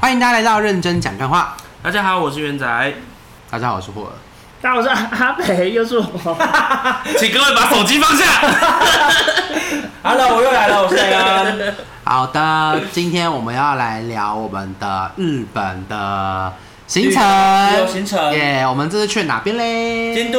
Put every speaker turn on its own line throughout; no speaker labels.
欢迎大家来到认真讲干话。
大家好，我是元仔，
大家好，我是霍尔。
大家好，我是阿北，又是我。
请各位把手机放下。Hello，我又来了，我是雷恩。
好 的，今天我们要来聊我们的日本的行程。
旅游行程
耶我们这次去哪边嘞？
监督，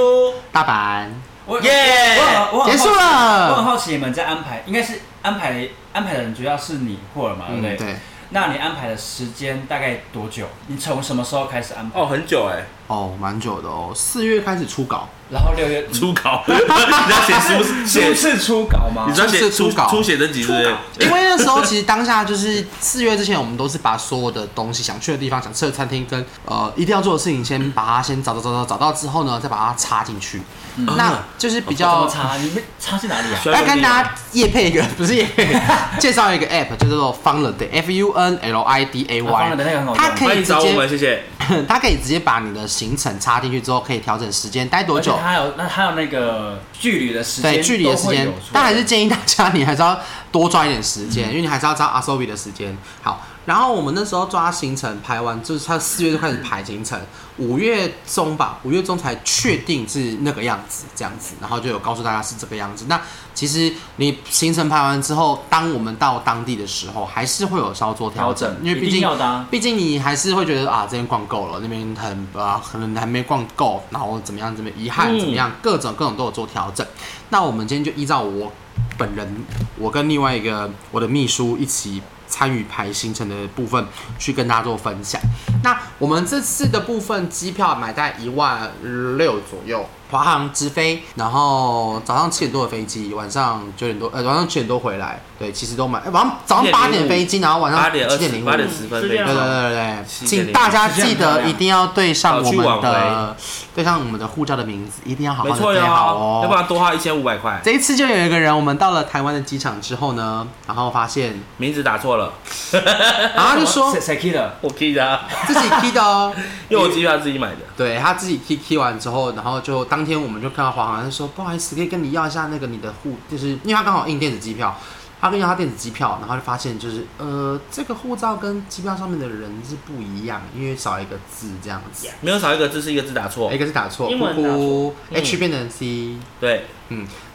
大阪。
我
耶
我我很好
结束
我很
了。
好奇你们在安排，应该是安排安排的人主要是你或者嘛，对不对？
嗯，对。
那你安排的时间大概多久？你从什么时候开始安排？
哦，很久哎、
哦，蛮久的哦，四月开始出稿。
然后六月
初稿，你要写书写
初，次初稿吗
你？知道写
初次初
初
稿
初写真集是不是？
因为那时候其实当下就是四月之前，我们都是把所有的东西、想去的地方、想吃的餐厅跟呃一定要做的事情，先把它先找找找找找到之后呢，再把它插进去。
嗯
那就是比
哦
怎
较
么查？你们查去哪里 啊？
需要
要
用
跟
力
大
啊
家夜配一个，不是夜配，介绍一个 app，就叫做 Funliday，F U N L I D A
我放了
Y，
的那个很好
它
用，
可
欢
以
迎
直
找我
接
们，谢谢。
它可以直接把你的行程插进去之后，可以调整时间待多
而且
久，
它有那还有那个距离的时间，
对距离的时间
都会有出来，
但还是建议大家你还是要多抓一点时间，因为你还是要抓阿 s o b i 的时间。好，然后我们那时候抓行程排完，就是他四月就开始排行程，五月中吧，五月中才确定是那个样子，这样子，然后就有告诉大家是这个样子。那其实你行程排完之后，当我们到当地的时候，还是会有稍作调
调
整
整，，
因为毕
一定
竟
要的啊。
毕竟你还是会觉得啊，这边逛够了，那边很啊，可能还没逛够，然后怎么样，怎么遗憾，
嗯
怎么样，各种各种都有做调整。那我们今天就依照我本人，我跟另外一个我的秘书一起参与排行程的部分，去跟大家做分享。那我们这次的部分，机票买在一万六左右，华航直飞，然后早上七点多的飞机，晚上九点多，呃，晚上七点多回来，对，其实都买，呃晚上早上八点飞机，然后晚上
八点二
七
十
点，零五
八点十分
是这
被
样
对
告
对对对，
七
对，
点
请
零
大家
七
记
点漂
得
亮
一定要对上
早
我
去
们
晚
的对上我们的护照的名字，一定要好
没
好
错
的
哟
对好，
要不
哦。
然多花一千五百块。
这一次就有一个人，我们到了台湾的机场之后呢，然后发 现，
名字打错了，
然后他就说
谁谁 key 的？
我 key 的啊，
自己 key 的哦，
因为我机票自己买的。
对他自己 key key 完之后，然后就当天我们就看到华航，他就说不好意思，可以跟你要一下那个你的护，就是因为他刚好印电子机票，他跟要他电子机票，然后就发现就是呃这个护照跟机票上面的人是不一样，因为少一个字这样子。
没有少一个字，是一个字打错
一。个是打错，
英文
呼
打
呼
嗯
H 变成 C。
对，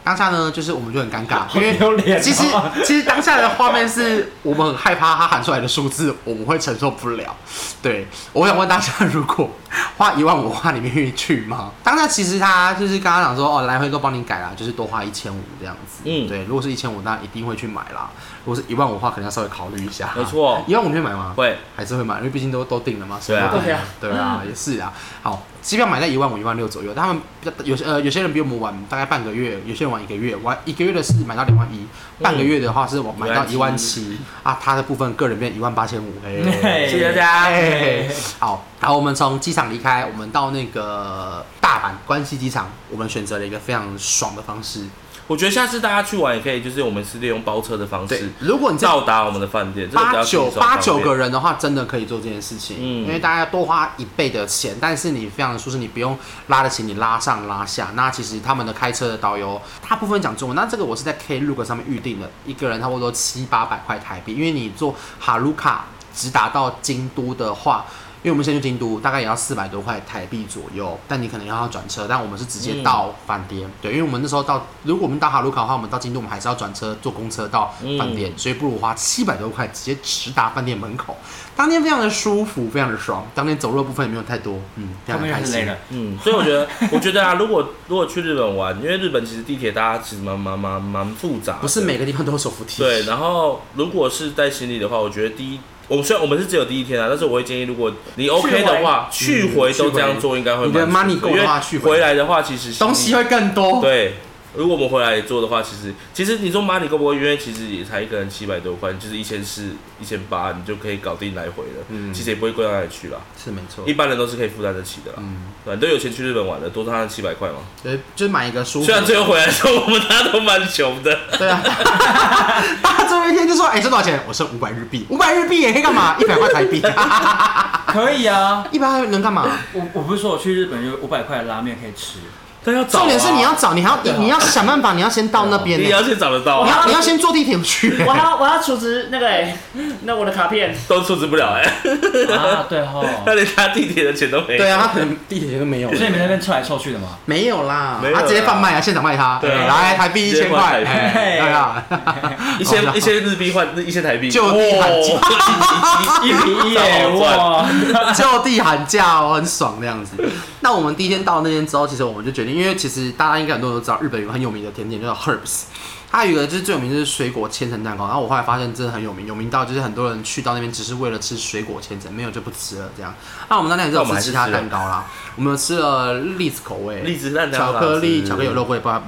当下呢，就是我们就很尴 尬，因
好
为
丢脸哦。
其实其实当下的画面是我们很害怕他喊出来的数字，我们会承受不了。对，我想问大家，如果花一万五的话，你们愿意去吗？当下其实他就是刚刚讲说，哦，来回都帮你改啦，就是多花一千五这样子。
嗯
对，如果是一千五，那一定会去买啦。如果是一万五的话，可能要稍微考虑一下。
没错
一万五你会买吗？
会
还是会买，因为毕竟都都定了嘛。
对啊
所以都定
对
了对
啊，
啊，也是啊。好，机票买在一万五、一万六左右，但他们比较有些呃有些人比我们晚大概半个月，有些人晚一个月，晚一个月的是买到两万一，半个月的话是我买到一万七啊，他的部分个人变一万八千五，哎
嘿
谢谢大家。
哎，好，然后我们从机场离开，我们到那个大阪关西机场，我们选择了一个非常爽的方式。
我觉得下次大家去玩也可以，就是我们是利用包车的方
对
式，
如果你在
到达我们的饭店，这个比
八
较轻
九
松
八九
方便
个人的话，真的可以做这件事情，
嗯
因为大家多花一倍的钱，但是你非常的舒适，你不用拉的行李拉上拉下。那其实他们的开车的导游大部分讲中文，那这个我是在 Klook 上面预定的，一个人差不多七八百块台币，因为你坐哈鲁卡直达到京都的话。因为我们先去京都，大概也要四百多块台币左右，但你可能要转车，但我们是直
嗯
接到饭店。对，因为我们那时候到，如果我们到哈鲁卡的话，我们到京都，我们还是要转车坐公车到饭
嗯
店，所以不如花七百多块直接直达饭店门口。当天非常的舒服，非常的爽，当天走路的部分也没有太多，嗯，非
后
常的
面
开
还是累
心。
了。
嗯，所以我觉得，我觉得啊，如果如果去日本玩，因为日本其实地铁大家其实蛮蛮蛮蛮复杂的，
不是每个地方都有手扶梯，
对。然后如果是带行李的话，我觉得第一，我们虽然我们是只有第一天啊，但是我会建议，如果你 OK 的话，去回都这样做，应该会蛮
嗯你的 money
舒服
够的话
因为
去回
回来的话，其实行李
东西会更多。
对。如果我们回来做的话，其实其实你说马里够不够约，其实也才一个人七百多块，就是一千四、一千八，你就可以搞定来回了。
嗯
其实也不会贵到哪里去啦，
是没错
一。般人都是可以负担得起的啦。
嗯，
对，你都有钱去日本玩了，多赚七百块嘛。
对，就是买一个舒服
虽然
的。
最后回来的时候，我们大家都蛮 穷的。
对啊，大家最后一天就说：“哎、这多少钱？”我剩五百日币，五百日币也可以干嘛？一百块台币， 哎
可以啊。
一百块能干嘛？
我我不是说我去日本有五百块的拉面可以吃，
但要
啊
找、
重点是你要找，你还要
对啊
你要想办法，你要先到那边、欸
你也要先找得到、
你
啊，
要你要先坐地铁去、
我还要我还要储值那个哎、那我的卡片，
都处置不了哎、
啊，对吼，
他连搭地铁的钱都没有。
哦对啊，他可能地铁都没有
所以你们那边凑来凑去 的嘛。
没有啦
没，有啦
他直接贩卖啊，现场卖他，
对啊
哎来台币一
直接
千
换
块，
台币
哎对啊，
一
哦
千 一千日币换一千台币，
就地喊价
哇
一比一耶，
好赚
哇！
就地喊价哦，很爽那样子。那我们第一天到那边之后，其实我们就决定，因为其实大家应该很多人都知道，日本有个很有名的甜点叫做 Herbs，它有一个就是最有名就是水果千层蛋糕。然后我后来发现真的很有名，有名到就是很多人去到那边只是为了吃水果千层，没有就不吃了这样。那我们当天也是有吃其他蛋糕啦，我们有吃了栗子口味、
栗子蛋糕
巧克力、
好吃
巧克力有肉桂，不，不巧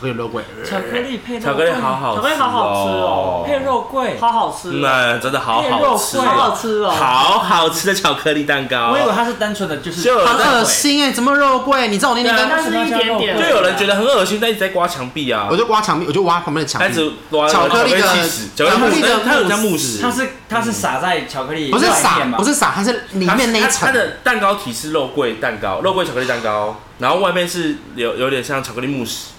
克力有肉桂，
巧克力配肉
巧克力好好吃哦，
巧克力好好吃哦
配肉桂，
好好吃哦，
那真的好
配肉
好吃啊
桂，
好好吃哦，
好好吃的巧克力蛋糕
我以，为它是单纯的，就是
就有
很
人
恶
在
心哎、怎么肉桂？你知道我那天
对
跟
啊
但是一点点，
就有人觉得很恶心，但一直在刮墙壁啊
我，就刮墙壁，我就挖旁边的墙
他一
壁
直，刮
巧克力的
巧克力起司巧克力
巧克力的
它有加
慕斯
慕斯，
它是它是撒在巧克力
不是
外
撒
面，嘛
不是撒，它是里
它
面那一
它
层
它。的蛋糕体是肉桂蛋糕，肉桂巧克力蛋糕，然后外面是有有点像巧克力慕斯，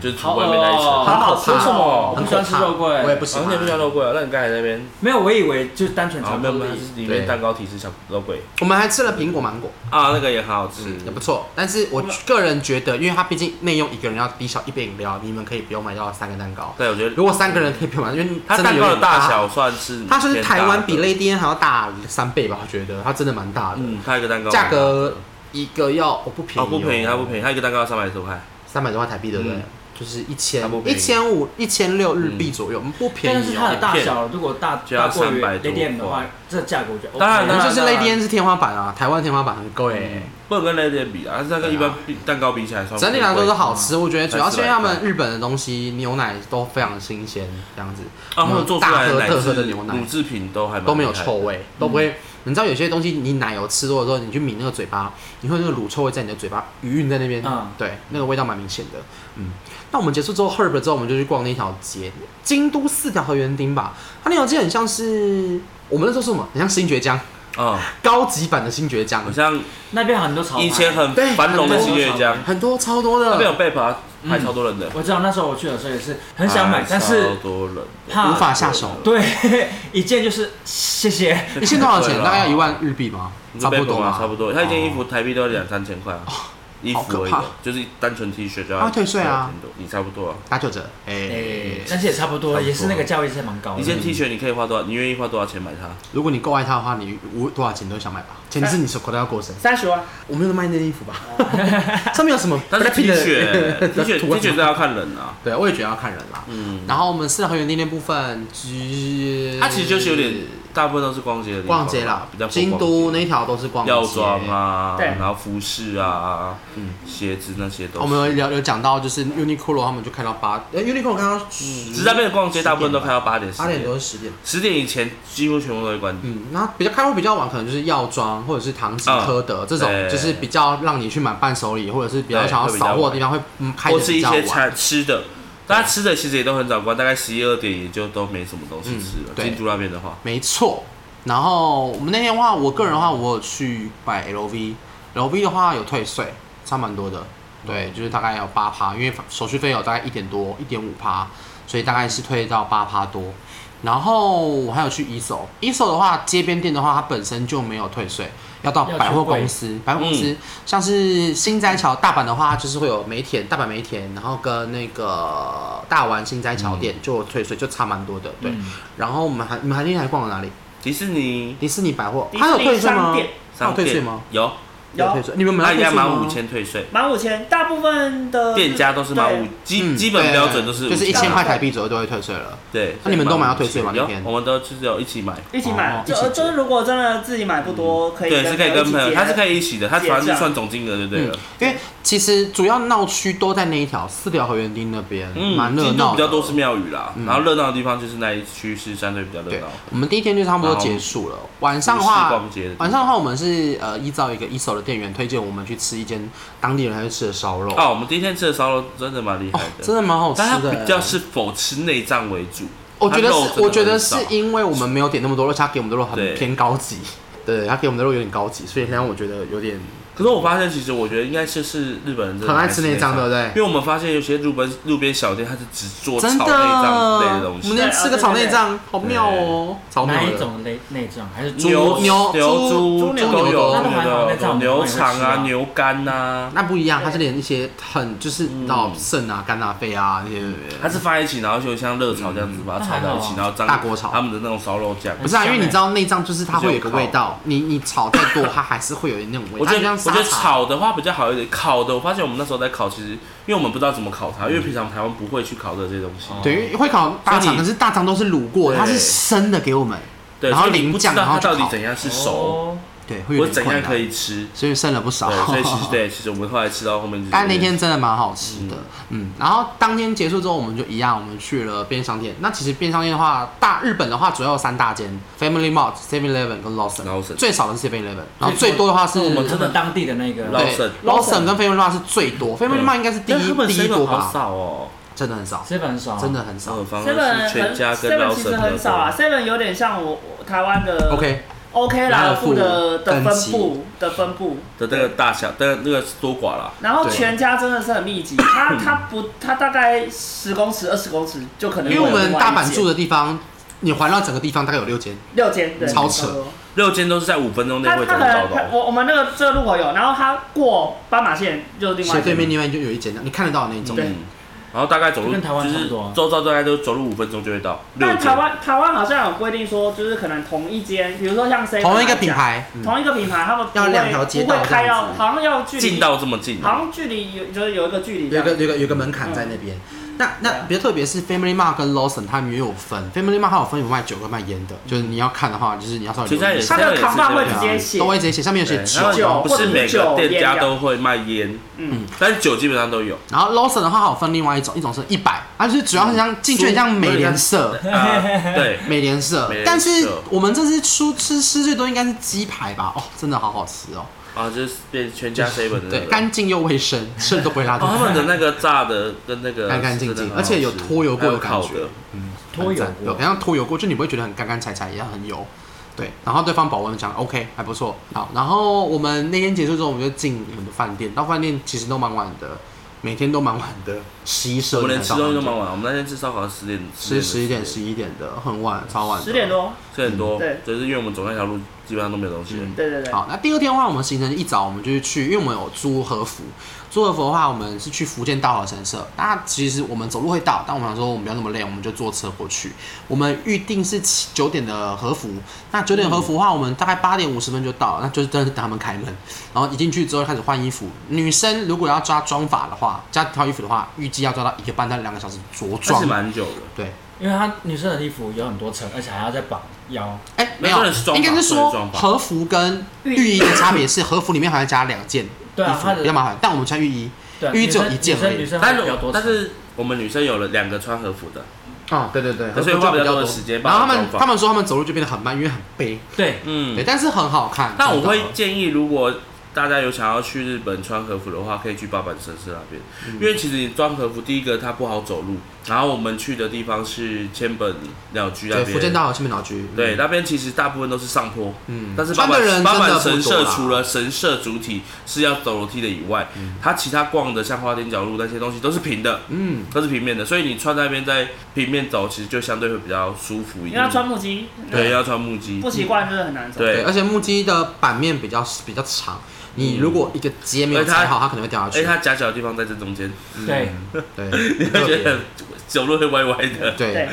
就是涂
好
外面那一层。
哦好好吃
很可怕
为什么？
啊
我
很
不
可
喜欢吃
怕
肉桂，
我也不喜
然后
欢
你也不喜欢肉桂啊？那你刚才在那边，
没有，我以为就是单纯
啊
巧
没
克
有没有，它
力
是里面蛋糕体是巧肉桂嗯
我们还吃了苹果芒果，嗯
啊，那个也很好吃。
也不错。但是我个人觉得，因为它毕竟内用一个人要抵消一杯饮料，你们可以不用买到三个蛋糕。
对，我觉得
如果三个人可以不用买，因为
它
真的
蛋
有
糕
点
的大小，算是
它就是台湾比
偏大的，
雷丁还要大三倍吧，我觉得它真的蛮大的，
嗯，它一个蛋糕
价格一个要哦不便宜
哦不便宜，它不便
宜，
宜，它一个蛋糕三百多块，
三百多块台币对不对
嗯？
就是一
它
千
不便
一
宜
千五一千六日币左右，嗯不便
但
宜
是它的
哦。
大小如果大
啊就要
大过于
300多
l 店的话，这价格我觉得 OK
当然当
那
然
就是雷丁是天花板啊，台湾天花板很贵欸。
不能跟那店比啊，但是它跟一般比蛋糕比起来算啊
整体来说都好吃，
嗯
我觉得主要是因为他
还是
们日本的东西牛奶都非常新鲜，这样子
啊，他们做出来
大
的奶
喝特喝
制
的牛奶
乳制品都还蛮
都没有
厉害的嗯
臭味，都不会。你知道有些东西你奶油吃多的时候，你去抿那个嘴巴，你会那个乳臭味在你的嘴巴余韵在那边，
嗯
对，那个味道蛮明显的。嗯，那我们结束之后，Herb 之后，我们就去逛那条街，京都四条河园町吧。它那条街很像是我们那时候是什么？很像新觉江，
嗯，
高级版的新觉江
好，像
那边很多潮牌
以前很
对
繁荣的新月江，
很多超多
那边
的，
有被爬拍超多人的，
我知道那时候我去的时候也是很想买，但
哎超
是
多人，
怕
无法下手。
对一件就是谢谢，
一件多少钱？大概一万日币吗？
你
差
说
不
啊 Beppo
多啊哦
吗
吧，哦
差不多。他一件衣服台币都要两三千块啊，衣
好
服
可
而已
怕，
就是单纯 T 恤就
他
要
会退税啊
2000多，你差不多啊。
打九折。哎、
哎，但是也差不多，也是那个价位是蛮高
一件
的。
T 恤你可以花多少？你愿意花多少钱买它？
如果你够爱它的话，你无多少钱都想买吧。前提是你手口袋要够深。
三十万，
我没有卖那件衣服吧？ 上面有什么？
哦 但是 T 恤
的
T 恤 T
图案
恤真的要看人啊。
对，我也觉得要看人啦。
嗯，
然后我们四大河原地那部分，只
它其实就是有点大部分都是逛街的地方啊
逛街啦
比较，不
京
逛街
都那一条都是逛街。
药妆啊，
对
然后服饰啊，鞋子那些都是。
我们有聊有讲到，就是 Uniqlo 他们就开到八、呃 u n i q l o 刚刚只
只是那边的逛街大部分都开到八点，
八点多十点。
十点以前几乎全部都会关。
嗯，那比较开会比较晚，可能就是药妆或者是唐吉
嗯
诃德、这种，
对
就是比较让你去买伴手礼，或者是比较
对
想要
会比较晚
扫货的地方会嗯开的
或是
比
一
较
些
晚。
餐吃的，大家吃的其实也都很早关，大概十一二点也就都没什么东西吃
嗯
了。
对
京都那边的话，
没错。然后我们那天的话，我个人的话，我有去买 LV，LV 的话有退税，差蛮多的。对，
哦
就是大概有八趴，因为手续费有大概一点多，一点五趴，所以大概是退到八趴多。然后我还有去 E ESO，ESO 的话，街边店的话，它本身就没有退税，要到
要去
百货
柜嗯
公司，百货公司、像是新斋桥、大阪的话，它就是会有梅田、大阪梅田，然后跟那个大丸新斋桥店就有退税，就差蛮多的。对，
嗯
然后我们还你们还那天还逛了哪里？
迪士尼
迪士尼百货，
迪
它有
士
退
尼
税
商
吗？
店，
它有
商
退税
店
吗？
有，
有
有
退税，你们有没有
那
要
应该
退税吗
满五，千退税，
满五千，大部分的
店家都是满五
对，
基基本标准都
嗯
是
对就是一
50
千块台币左右都会退税了。
对，
那你们都买要退税吗
吗？
那
有
天，
我们都就是有一起买，
一起买
哦，
就
一起结
就是如果真的自己买不多，可以
对，是可以跟朋友，他是
以
可以一起的，他
结
主要是
账
算总金额就对了。啊
嗯因为其实主要闹区都在那一条四条河园町那边，
嗯，
蛮热
京都
闹的。嗯
比较多是庙宇啦，然后热闹的地方就是那一区是相对比较热
对
闹。，
我们第一天就差不多结束了。晚上的
嗯就是
话
逛街的地，方
晚上的话，我们是呃依照一个一手的店员推荐我们去吃一间当地人才会吃的烧肉，
哦，我们第一天吃的烧肉真的蛮厉害
哦
的，
真的蛮好吃
但它
的。
比较是否吃内脏为主。
我觉得
它肉真
是，
的
我觉得
很
是
少
因为我们没有点那么多肉，而且他给我们的肉很
对
偏高级。对，他给我们的肉有点高级，所以让我觉得有点
可是我发现，其实我觉得应该就是日本人真的
很哦爱
蛮
吃内脏，对不对
因？为我们发现有些路边路边小店，它是只做炒
真的，
内脏类的
我们
东
今
西。
天吃个炒内脏，好妙哦，超妙
哪一
的。
种类内脏还是猪
牛
哦牛
牛
猪
猪
猪牛
都有，
那都还好
牛
内脏
有
我们也
牛
会吃
肠
啊
啊，牛肝呐，
那不一样，它是连一些很就是
嗯
到肾啊、肝啊、肺啊那些，
它是放在一起，然后就像热炒这样子把它炒在一起，
那还好啊
然后沾
大锅炒
他们的那种烧肉酱。
不是啊，
很香
因为你
欸
知道内脏就是它
不是
会有
有
一个
烤
味道，你你炒再多，它还是会有那种味道。
我觉
它就
得
像
我
沙
觉得
茶，
炒的话比较好一点，烤的我发现我们那时候在烤，其实因为我们不知道怎么烤它，因为
嗯
平常台湾不会去烤的这些东西。
哦
对，因为会烤大
所以
肠，
你
可是大肠都是卤过的，
对
它是生的给我们，
对，
然后
所以你
淋
不知
酱
道它
然后
到
去
底
烤
怎样是熟，
手，
对，会有
我
点
怎
困
样可
难。
以 吃。
所以剩了不少，
对，所以 其实对，其实我们后来吃到后面就是。
但那天真的蛮好吃的，嗯然后当天结束之后，我们就一样，我们去了便利商店。那其实便利商店的话，大日本的话主要有三大间：Family Mart、Seven Eleven 跟 Lawson。
Lawson
最少的是 Seven Eleven，然后最多的话是
我们
真
真
的
的当地的那个
老
对
Lawson
Lawson 跟 Family Mart 是最多，Family Mart 应该是第
但他
一
们
第一
seven
多
好
吧，
少嗯哦，
真的很少，
这本少，
真的很少。
很方
，seven
是全家跟
seven 其
Lawson
实很少啊啦，seven 有点像我我台湾的
OK，
OK
莱
莱
尔
尔
富
富的的
跟
分
其
布的分布
的那个大小，但那个是多寡啦。
然后
对
全家真的是很密集，它它不它大概十公尺二十公尺就可
因
能
为
有
我
另外一间。
们大阪住的地方，你环绕整个地方大概有六间，
六间，对，
超扯
差不多
六间都是在五分钟内
他
会
他
找
可
到
能
的
他
哦。
我我们那个这个路口有，然后他过斑马线就是另外
斜
一
对
边，
面另外就有一间，你看得到的那一种。
对
嗯，然后大概走路
就跟台湾
就
差
是
不多啊
周遭大概都走路五分钟就会到。六
但
间
台湾台湾好像有规定说，就是可能同一间，比如说像 C
同一个品，牌，嗯
同一个品牌，他们不会
要两条街道
不会开
这样
到
子
好像要距离
近，到这么近，
好像距离有就是有一个距离这
有一
样
个有一个有一个门槛在那边。那
啊
那比较特别是 Family Mart 跟 Lawson 他们也有分，Family Mart 它有分有卖酒跟卖烟的，就是你要看的话，就是你要稍微
其实嗯它
留意
也
一
是
下啊
它的扛把会直接写
都，会直接写上面有
对
写
然后
酒。
酒
不是每个店家都会卖烟，
嗯，
但酒基本上 都有。
然后 Lawson 的话还有分另外一种，一种是一百，它就是主要是
嗯
像进去很像美联社，
啊，对，
美联社
美。联社
但是我们这次出吃吃最多应该是鸡排吧？哦，真的好好吃哦，
啊，就是变全家 seven 的那
对，
个。
干净又卫生，吃的都不会拉肚
哦，他们
子，
的那 个炸的跟那个
干干净
真的
净，
很
而
好吃
且有拖油过
还
的
有
感
烤
觉
的。，
拖油
很赞
锅
有，好像拖油锅，就你不会觉得很干干柴柴，一样很油。对，然后对方保温箱 OK 还不错。好，然后我们那天结束之后，我们就进我们的饭店。到饭店其实都蛮晚的，每天都蛮晚的，十一十
我
二
们
点
连
才
吃
到
东西都
饭店
蛮晚，我们那天吃烧烤是十点，
十十一点
十
十一点的，很晚，超晚的，
十点多，
点多，
对
就是因为我们走那条路基本上都没有东西了。
嗯
对对对，
好，那第二天的话，我们行程一早我们就是去，因为我们有租和服。租和服的话，我们是去福建道和神社。那其实我们走路会到，但我们想说我们不要那么累，我们就坐车过去。我们预定是七九点的和服，那九点和服的话，我们大概八点五十分就到了，那就是真的是等他们开门。然后一进去之后开始换衣服。女生如果要抓妆法的话，加挑衣服的话，预计要抓到一个半到两个小时着
但
装
是。蛮久的，
对，
因为她女生的衣服有很多层，而且还要再绑腰，
哎、没有
那真的是，装法
应该是
真的
说
是装法
和服跟浴衣的差别是，和服里面还要加两件。
对
衣
啊，
服
她
比较
的
麻烦，但我们穿浴衣，
对
因为
女
只有
生
一件
女
而已
生女生还
但
有
是
比较多
但
层，
是我们女生有了两个穿和服的，
哦，对对对
所以
和服
花比较多的
多
时间
然后他
帮
们
忙装
他们说他们走路就变得很慢，因为很背，
对，
嗯
对，，但是很好看。
但我
真的
会建议，如果大家有想要去日本穿和服的话，可以去八坂神社那边，
嗯
因为其实你穿和服，第一个它不好走路，然后我们去的地方是千本鸟居那
对
边，
福建大和新民岛区，
对，那边其实大部分都是上坡，
嗯，
但是八
穿的
坂
人真
八
的
坂
不
神
多
社
啦
除了神社主体是要走楼梯的以外，它其他逛的像花天角路那些东西都是平的，
嗯，
都是平面的，所以你穿在那边在平面走，其实就相对会比较舒服一
因为
点
他。穿木屐，
对，要穿木屐
不，习惯真的很难走，
对，
对，
而且木屐的版面比较比较长，你
嗯
如果一个结没有
而且它
踩好，它可能会掉下
哎，
去。
它夹脚的地方在这中间，
对，
对，
就觉
特别
得走路会歪歪的。
对
对。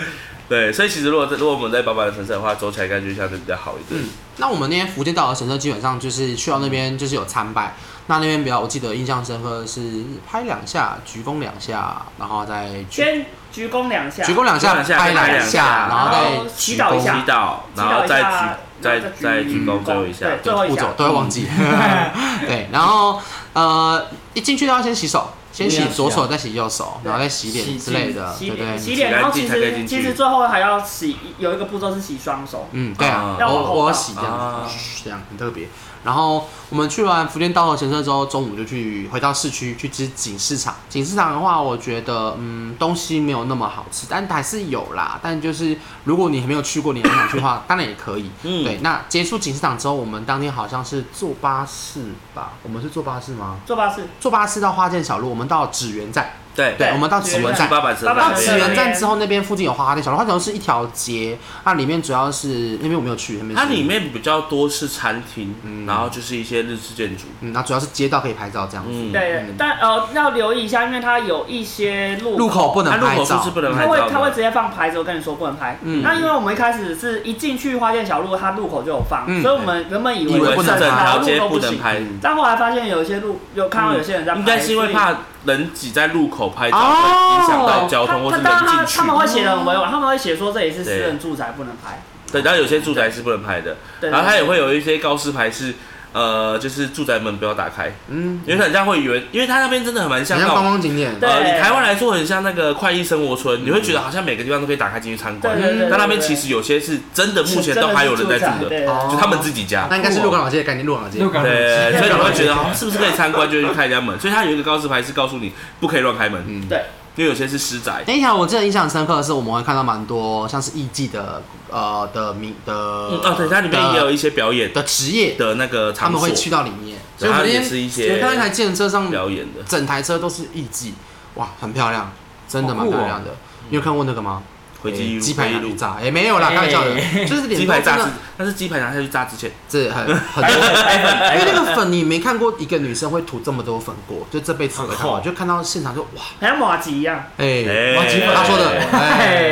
对，所以其实如果在如果我们在八坂的城市的话，走起来感觉相对比较好一点。
嗯那我们那天福建岛的神社基本上就是去到那边就是有参拜，那那边比较我记得印象深刻的是拍两下，鞠躬两下，然后再鞠
先鞠躬两下，
鞠躬两
鞠躬
下，
两下
拍
拍
两
两
下，
下
然后
然后
再
祈
鞠
祷一下
躬
祈祷，然后再
然后
鞠，再
再鞠
再鞠躬嗯
躬
最后一下
对，最后一
步骤
下，嗯
都会忘记。 对，然后呃一进去都要先洗手，先洗
对啊
左手，
洗啊
再洗右手，
对
然后再洗脸之类的，
洗
对不
脸，
对？
洗脸，然后其
洗干净才可以进
实
去
其实最后还要洗，有一个步骤是洗双手，
嗯，对啊
啊，
我
要往后
我有
倒
洗这样
啊
子，嘘这样很特别。然后我们去完福建道和神社之后，中午就去回到市区去吃锦市场。锦市场的话，我觉得嗯东西没有那么好吃，但还是有啦。但就是如果你还没有去过，你很想去的话，当然也可以。
嗯
对，那结束锦市场之后，我们当天好像是坐巴士吧？我们是坐巴士吗？
做巴士，
嗯
坐巴士到花见小路，我们到纸园站。
对
对，我们到
对
紫园站
去，八坂城
八
到
坂
紫
城
园站之后，那边附近有花店小路，花店小路是一条街，那里面主要是那边我没有去，那边
它
是
啊里，面比较多是餐厅，然后就是一些日式建筑，
嗯，那主要是街道可以拍照这样子，
嗯，
对，但呃要留意一下，因为它有一些路
路口不
它
能
入
拍
啊口处
照
是，不能拍
他会
照
他会
的，
直接放牌子，我跟你说不能拍。
嗯
那因为我们一开始是一进去花店小路，它路口就有放，
嗯
所以我们原本以
以为
为
不
不
能
能整
正常
条
路
街
都
嗯不
不
能
行。
拍。嗯
但后来发现有一些路，有看到有些人在拍，
应该是因为
所以
怕人挤在路口拍照，
哦
会影响到交通或
他
是人
他他
进
他们会
去。
写的很委
嗯
婉，他们会写说这里是私人住宅，不能拍。
对，然后有些住宅是不能拍的，
对，
然后它也
对
会有一些告示牌是，呃，就是住宅门不要打开，
嗯，
因为很像会以为，因为它那边真的很蛮像
很
那
像观
种，
光景点，
对
呃，以台湾来说很像那个快意生活村，你会觉得好像每个地方都可以打开进去参观
对，对对对
但那边其实有些是真的，目前都还有人在住的，
对对
哦
就他们自己家。
那应该是鹿港老街的概念，鹿港老街，
鹿港
对，所以你会觉得
好
哦，是不是可以参观就会去开人家门？所以它有一个告示牌是告诉你不可以乱开门，
嗯
对
因为有些是私宅。
那一哎条我真的印象深刻的是，我们会看到蛮多像是艺伎的呃的名的
嗯哦，对，它里面也有一些表演
的职业，
的那个
啊他
场
们
所
会，去到里面，所以
然
我
后
们那
也
天
是一
我
些
看到一台建车上
表演的。
整台车都是艺伎，哇，很漂亮，真的蛮漂亮的。你有看过那个吗？
回
诶
击
鸡排拿去
一路，
炸，哎、没有啦，
哎
开玩笑的，就是
鸡
脸
排
蛋
炸
真
之
的，
但是鸡排拿下去炸之前，
这很很多，因为那个粉你没看过一个女生会涂这么多粉过，就这辈子没看过，
很厚
就看到现场就哇，
好像马吉一样，
哎、
哎
哇鸡排
他说的，哎、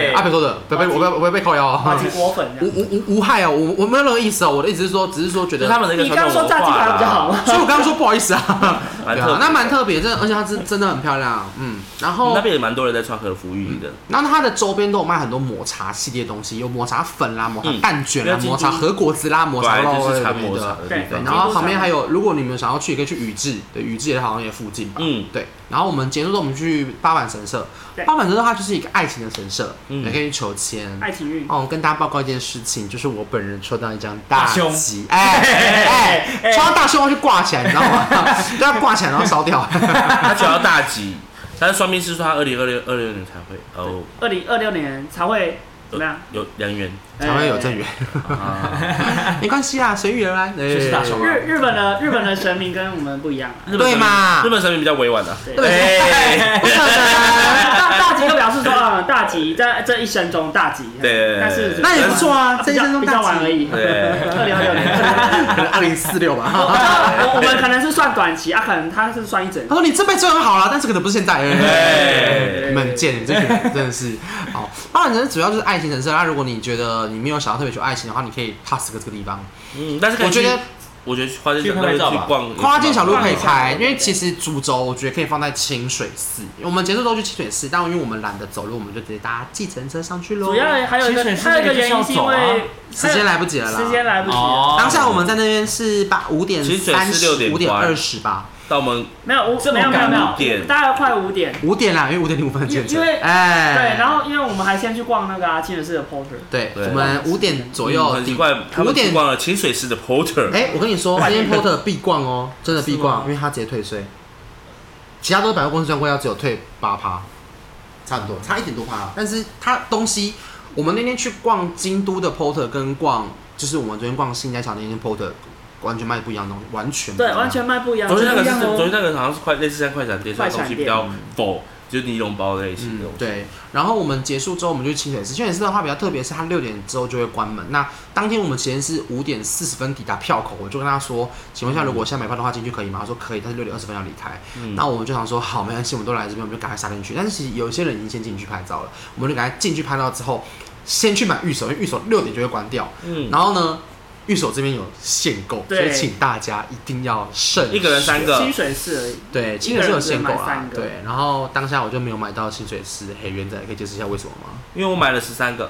哎
阿北说的，不要被我不要我不要被扣腰
马
哦，
吉果粉这
无
样。
无无无害哦，我我没有任何意思哦，我的意思是说，只是说觉
就
得
是他们的一
你
个
刚刚
传统
说炸
文
鸡
化
排
啦
比较好，吗？
所以我刚刚说不好意思啊，
蛮
对
特
啊
别，
那蛮特别，真的，而且它是真的很漂亮，嗯，然后
那边也蛮多人在穿和服浴衣的，
然后它的周边都有卖很多抹茶系列的东西，有抹茶粉啦、抹茶
嗯
蛋卷
因
啦、
为京都
抹茶和果子啦、抹
果
茶
然
肉
就是
类
掺
的
抹茶的地
对，
方。
然后旁边还有，如果你们想要去，也可以去宇治，对，宇治也好像也附近吧。
嗯，
对，然后我们结束之后，我们去八坂神社
对。
八坂神社它就是一个爱情的神社，
嗯
你可以去求签。
爱情运，
哦，跟大家报告一件事情，就是我本人抽到一张大
大胸
吉，哎哎哎，抽到大胸要去挂起来，你知道 吗？要挂起来然后烧掉。
他主要大吉，但是算命是说他二零二六二六年才会哦，
二零二六年才会怎么样？
有良缘
才会有正缘，
啊。
没关系啊，随缘啊。
就是大胸
日日本的日本的神明跟我们不一样啊。
日本神明
对嘛
日本神明比较委婉啊的，
对
哎
不可能。
大大吉就表示说，啊，大吉在这一生中大吉。
对
但是
那也不错啊，
比较
这一生中
比较晚
大
而
吉，
已。
对，
二零二六年，
可能二零四六吧。
我我们可能是算短期啊，可能他是算一整
他。说你这辈子很好啦，啊但是可能不是现在。
对
你们很贱，这群人真的是。好，八人神主要就是爱情神社。那如果你觉得你没有想要特别求爱情的话，你可以 pass 个这个地方。
嗯，但是可以
我觉
去
得
我觉得花间
去拍拍照吧
去逛
花间小路可以开，因
对
为其实株洲我觉得可以放在清水寺。我们结束之后去清水寺，但因为我们懒得走路，我们就直接搭计程车上去喽
主。要还有一个
清水寺
还有一个原因是因
那个就是要走
为
啊
时间来不及了啦。
时间来不及了。
哦
当下我们在那边是八五点
清水
三
寺
十
6点
五点
关
二十吧，
到我们
没有五
这么
没有没有
赶
没
五
有，
点
大概快五点。
五点啦，因为五点零五分见
因为
哎，嗯
对，然后因为我们还先去逛那个啊，清水寺的 porter。
对，
对
我们五点左右
嗯很奇怪，他
五
们去
点。
逛了清水寺的 porter，
哎，我跟你 说，今天 Porter 必逛哦，真的必
是
逛，
吗
因为他直接退税，其他都是百货公司专柜，要只有退八趴，差
嗯
很多，差一点多趴。但是它东西，我们那天去逛京都的 Porter 跟逛，就是我们昨天逛新街桥那天 Porter，完全卖不一样的东西，完全不一
对，
样
完全卖不一样。
昨天那个
不一
是
样哦
昨天那个好像是快类似像快闪店，所以
快
东
闪
西
店
比较否，就是尼龙包类型
嗯
的东，西。
对。然后我们结束之后，我们就去清水寺。清水寺的话比较特别，是它六点之后就会关门。那当天我们时间是五点四十分抵达票口，我就跟他说：“请问一下，如果我现在买票的话进去可以吗？”他说：“可以，但是六点二十分要离开。”
嗯
然后我们就想说：“好，没关系，我们都来这边，我们就赶快杀进去。”但是其实有一些人已经先进去拍照了，我们就赶快进去拍照之后。先去买预售，因为预售六点就会关掉。
嗯，
然后呢，预售这边有限购，所
对
以请大家一定要慎。
一个人三个
清水寺而已。
对，
一
清
个
水是有
人只
限
能
购啦
买三。个。
对，然后当下我就没有买到清水寺黑原仔，可以解释一下为什么吗？
因为我买了十三个，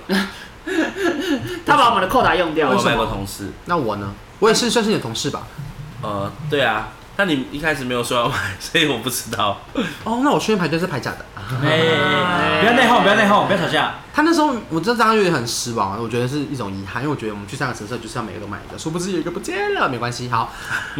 他把我们的扣打用掉
我
了。
买过同事。
那我呢？我也是算是你的同事吧？
嗯
呃，对啊，但你一开始没有说要买，所以我不知道。
哦，那我顺便排队是排假的。
哎哎，哎不要内讧，不要内讧，不要吵架。
他那时候我真的当时有点很失望，我觉得是一种遗憾，因为我觉得我们去三个神社就是要每个都买一个，殊不知有一个不见了，没关系， 好。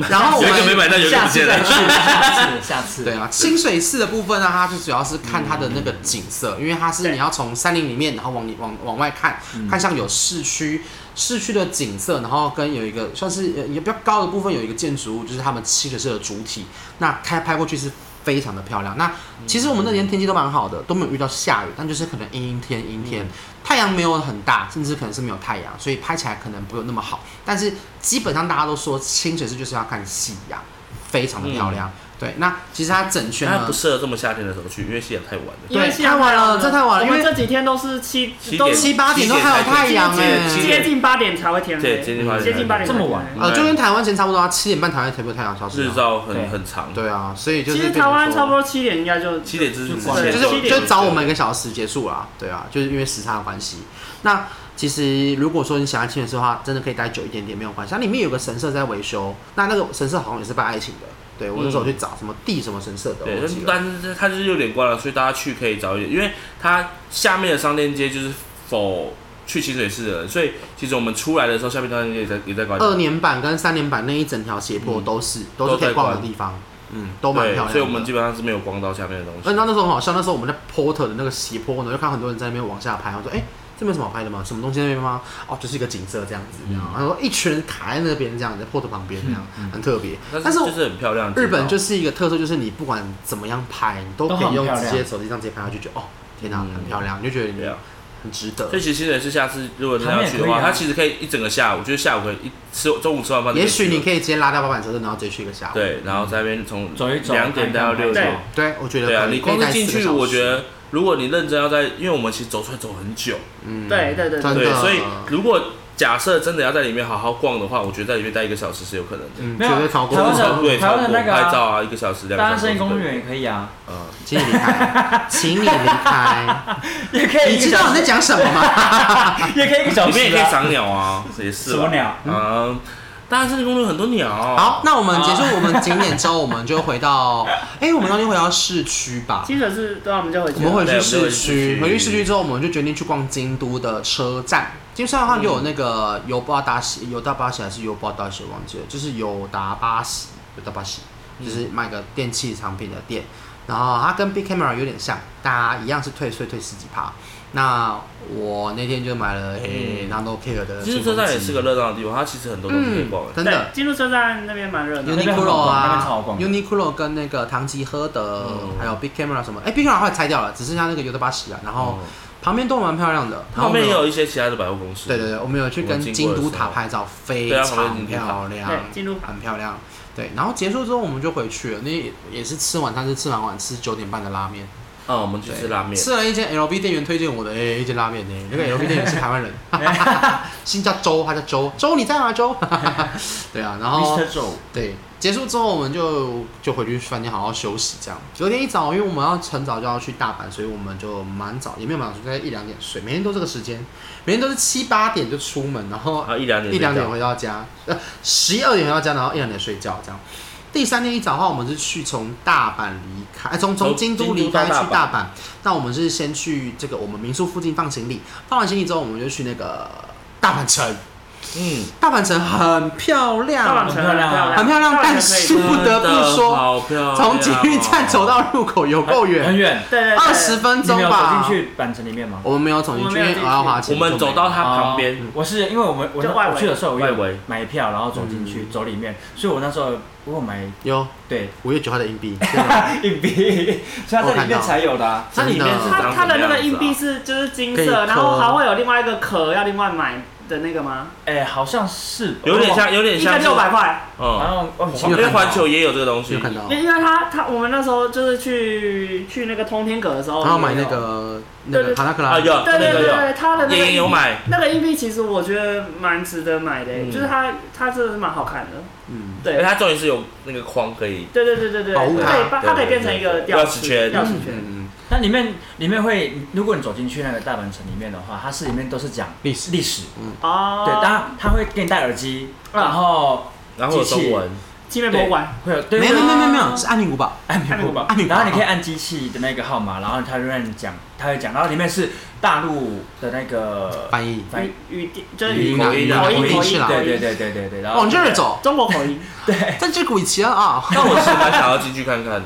然后我
有一
们
个没买到，有一个
下
不
次
见
再
了。
去，下次下次。
对啊，清水寺的部分呢，它就主要是看它的那个景色，因为它是
对
你要从山林里面，然后往里往往外看，看像有市区，市区的景色，然后跟有一个算是呃也比较高的部分有一个建筑物，就是他们七个社的主体，那开拍过去是。非常的漂亮。那其实我们那天天气都蛮好的，都没有遇到下雨，但就是可能阴阴天阴天，太阳没有很大，甚至可能是没有太阳，所以拍起来可能不会那么好。但是基本上大家都说清水寺就是要看夕阳，非常的漂亮。对，那其实它整圈
它
呢
不，适合这么夏天的时候去，因为夕阳太晚了。
因为
对
现在
太晚了
太
这太晚了
我们
因为
这几天都是七
七
都
点
七八点都还有太阳哎、
七
接近八点才会天黑，
对接近八点
接近八点才会
这么晚
天黑
呃，就跟台湾前差不多啊，七点半台湾才不太阳消失
日
啊、
照很
对
很长，
对啊，所以就
其
是
实台湾差不多七点应该就
七点之之
就管
前
了
就
对
是
7点
就早我们一个小时结束啦，对啊，就是因为时差的关系。那其实如果说你想要清水寺的话，真的可以待久一点点，没有关系。它里面有个神社在维修，那那个神社好像也是拜爱情的。对我那
嗯
时候去找什么地什么神社的，
对
我，
但
记
是
得。
但是它就是六点关了，所以大家去可以早一点，因为它下面的商店街就是否去清水寺的人，所以其实我们出来的时候，下面商店街也在也在关
二
掉，
年版跟三年版那一整条斜坡
嗯
都是、都是可以逛的地方，嗯，都蛮漂
对
亮，的。
所以我们基本上是没有逛到下面的东
而且那
西。
那时候很好笑，那时候我们在 Porter 的那个斜坡呢，就看很多人在那边往下拍，我说：“哎、这边有什么好拍的吗？什么东西在那边吗？哦，就是一个景色这样子。”这样，然
嗯
后一群人卡在那边，这样在 Porter 旁边，这样、很特别。但
但
是
是哦
我
就是很漂亮的地
日
方，
本就是一个特色，就是你不管怎么样拍，你都可以用直接手机上直接拍下去，就哦，天哪、
嗯
很漂亮，你就觉得
对
你
啊。
很值得
所。以其实清水寺下次如果真的要去的
他们也可
话，
以啊
它其实可以一整个下午，就是下午可以一吃中午吃完饭就可以去了，
也许你可以直接拉掉八板车，然后直接去一个下午。
对，然后在那边从
走一走
两点待到六
看一
点
看。
对，我觉得
对啊，
可以
你
可以
光
待
是进
四个
去，
小时
我觉得如果你认真要在，因为我们其实走出来走很久，
嗯
对对对
真
对，
的，
所以如果假设真的要在里面好好逛的话，我觉得在里面待一个小时是有啊可能的。
嗯，
没有
绝对超过
台湾
五
的
小时
对，
台湾的那个啊
拍照啊，一个小时、两
大
个
安
小
森
时。
林公园也可以啊，
嗯，
请你离 开，请你离开。
也可以
你
一个
知道
小
你在
时，
讲什么吗？
也可以一个小
里面也
时
可以
啊。
赏鸟啊，也是啊
什么鸟
嗯，大安森林公园有很多鸟。
好，，那我们结束
啊
我们景点之后，我们就回到，哎、我们刚刚就回到市区吧。
清水寺，对啊，我们就回
我
去了。
们回去
对我
市
们就回
区，
市区
回去市区之后，我们就决定去逛京都的车站。京都车站的话，就有那个尤巴达西、尤达巴西还是尤巴达西，忘记了，就是尤达巴西、尤达巴西，
嗯
就是卖个电器产品的店。然后它跟 Big Camera 有点像，大家一样是退税退十几趴。那我那天就买了诶、
嗯
Nano Care 的
其
吹
实
风
车站也
机
是个热闹的地方，它其实很多东西可以
嗯
逛。欸，
真的
对，。进入车站那边蛮热闹
那
的。
边很好
Uniqlo
逛那边超好
啊
逛的
，Uniqlo 跟那个唐吉诃德，
嗯
还有 Big Camera 什么，哎、b i g Camera 后来拆掉了，只剩下那个尤德巴西啊，然后
嗯
旁边都蛮漂亮的，然后
旁
我们
边也
有，
有一些其他的百货公司。
对对对，我们有去跟
我们经
京
过的
都
时
塔
候
拍照，非
对啊旁边
常
京都塔
漂亮，
对，进入塔
很漂亮。对，然后结束之后我们就回去了，那也也是吃晚餐，是吃完晚吃九点半的拉面，
嗯，我们去
对
吃拉面。
吃了一间 LB 店员推荐我的哎诶、一间拉面呢、 那个 LB 店员是台湾人，姓叫周，他叫周，周你在吗？周， 对啊，然后
Mr. Joe，
对，结束之后我们就就回去饭店好好休息，这样。隔天一早，因为我们要很早就要去大阪，所以我们就蛮早，也没有蛮早，就在一两点睡，每天都这个时间，每天都是七八点就出门，然后
啊，一两点
一两
睡
点
觉
回到家，呃，十一二点回到家，然后一两点睡觉这样。第三天一早的话，我们是去从大阪离开，哎，从从
从
京都
京都
离开去
到大
大阪。那我们是先去这个我们民宿附近放行李，放完行李之后，我们就去那个大阪城。
嗯，
大阪城很漂亮，
大阪城
很漂亮
亮，
啊很漂亮
大阪城
但是
可以
不得不说
真的好漂亮哦
从捷运站走到入口有够远，
很远，
对对对
二十分
你
钟
没有走
吧。
进去板城里面吗？
我们没有走进去，
我
因
们没有
为
进
我
去
要花钱。
我们走到它旁
哦
边，
我是因为我们我
就外围
我去的时候我
外
有
围
买票，然后走进去走里面，所以我那时候我有买
有
对
五月九号的硬币，真的
硬币，所以它在里面才有的啊。
它里面是
它
长
它
什
的
么
那个
样子
硬
啊
币是就是金
可以
色，
刻
然后还会有另外一个壳要另外买的那个吗？
哎，好像是吧
有点，像，有点
一个
像是
六百，块，
然
嗯，
后哦
没
因
有看
为
到
环球也有这个东
没
西
有，看到。
因为它它我们那时候就是去去那个通天阁的时候，
然后买那
有
个那
对
个
对
卡纳克拉
啊，有
对对
那个
对
有
对，他的那个
也有
EP
买，
那个 EP 其实我觉得蛮值得买的、欸
嗯
就是它它真的是蛮好看的，
嗯，
而且
对
哎它终于是有那个框可以，
对对对对对，
保护
它
它
可以把它可以变成一
对
个
对对
钥
钥匙圈
钥匙
嗯
圈，
嗯，
那里面里面会，如果你走进去那个大阪城里面的话，它是里面都是讲
历史
历史，
哦，
对，当然它会给你戴耳机，
嗯
然后
然后有
机器
中文，
纪念博物馆，
会有对，
没有
会
没有没有没有，是安宁古堡，
按钮
按钮吧
按钮吧
然后你可以按哦机器的那个号码，然后它就让你讲，它会讲，然后里面是大陆的那个
翻译，
翻
语
译，
语就是
语
语
音啊
语音啊
口音
口音
口
是
音，
啦哦
口
对
音
对对对对对，然后
往这儿走，
中国口音，
对，
在这古以前啊，
但我是蛮想要进去看看的。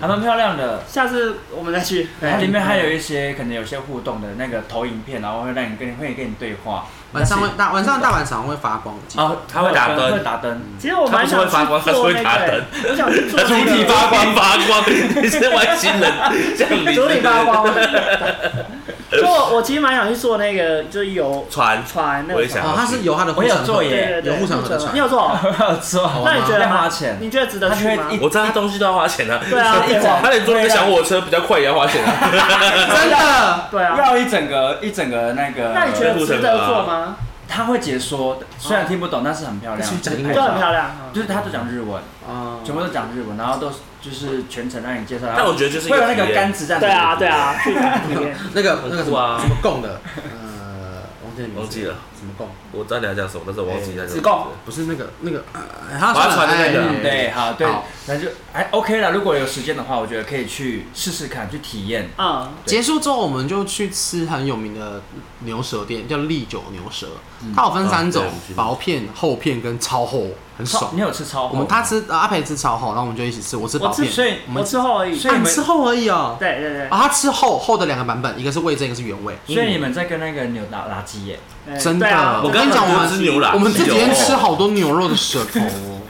还蛮漂亮的。
下次我们再去，
它哎里面还有一些可能有些互动的那个投影片，然后会让你跟会跟你对话。
晚上会大晚上大晚上会发光，
啊，
它会打灯
会打灯。
其实我蛮想去
它不是
做
会
那
发光它是会打灯
个、我想去做
主
那
体
个
发光发光，你是外星 人，这样你
主体发光，就我我其实蛮想去做那个，就是游
船
船那
我
个
也想
船，
哦，它是有它的护
我有
城
做
河，
耶
对对对，
有护城河的船
你有做哦？
做
那你觉得
要
吗
花钱
你觉得值得去吗
它？缺一
我知道他东西都要花钱的、
对啊
一整
对啊
他连坐那个小火车比较快也要花钱啊。
真的，
对啊，
要一整个一整个那个。
那你觉得值得做吗？
他会解说，虽然听不懂，但是很漂亮，
是讲英
就
文啊
就
很
很
漂
亮。
亮，嗯
就是他都讲日文，
哦
全部都讲日文，然后都是就是全程让你介绍。然
但
后
我觉得就是一
会有
个
那个
体
杆
验，
子这样子。
对啊对啊，去 体验。
那个那个什
很酷啊
么什么贡的，呃，忘记了名字
忘记了，
什么贡，
我知道你要讲什么，但是我忘记了。
子贡
不是那个那个，
啊
呃它
划船的那个
哎
对，好，对
好，
那就还 OK 了。如果有时间的话，我觉得可以去试试看，去体验。
嗯，
结束之后，我们就去吃很有名的牛舌店，叫利九牛舌。
嗯
它有分三种
啊对我们去，
薄片、厚片跟超厚，很
超，
爽
你。有吃超厚吗？
我们他吃呃阿培吃超厚，然后我们就一起吃，我吃薄
我吃
片。
所以
我
我
们
之后而已。
所以
啊
你
你
们
吃厚而已哦。
对对
啊，他吃厚厚的两个版本，一个是味噌，一个是原味。
所以你们在跟那个牛打垃圾耶？
对，
真的
对啊
我
我
跟
刚
你讲我
讲我
们
吃牛腩，
我们这几天吃
有，
好多牛肉的舌头哦。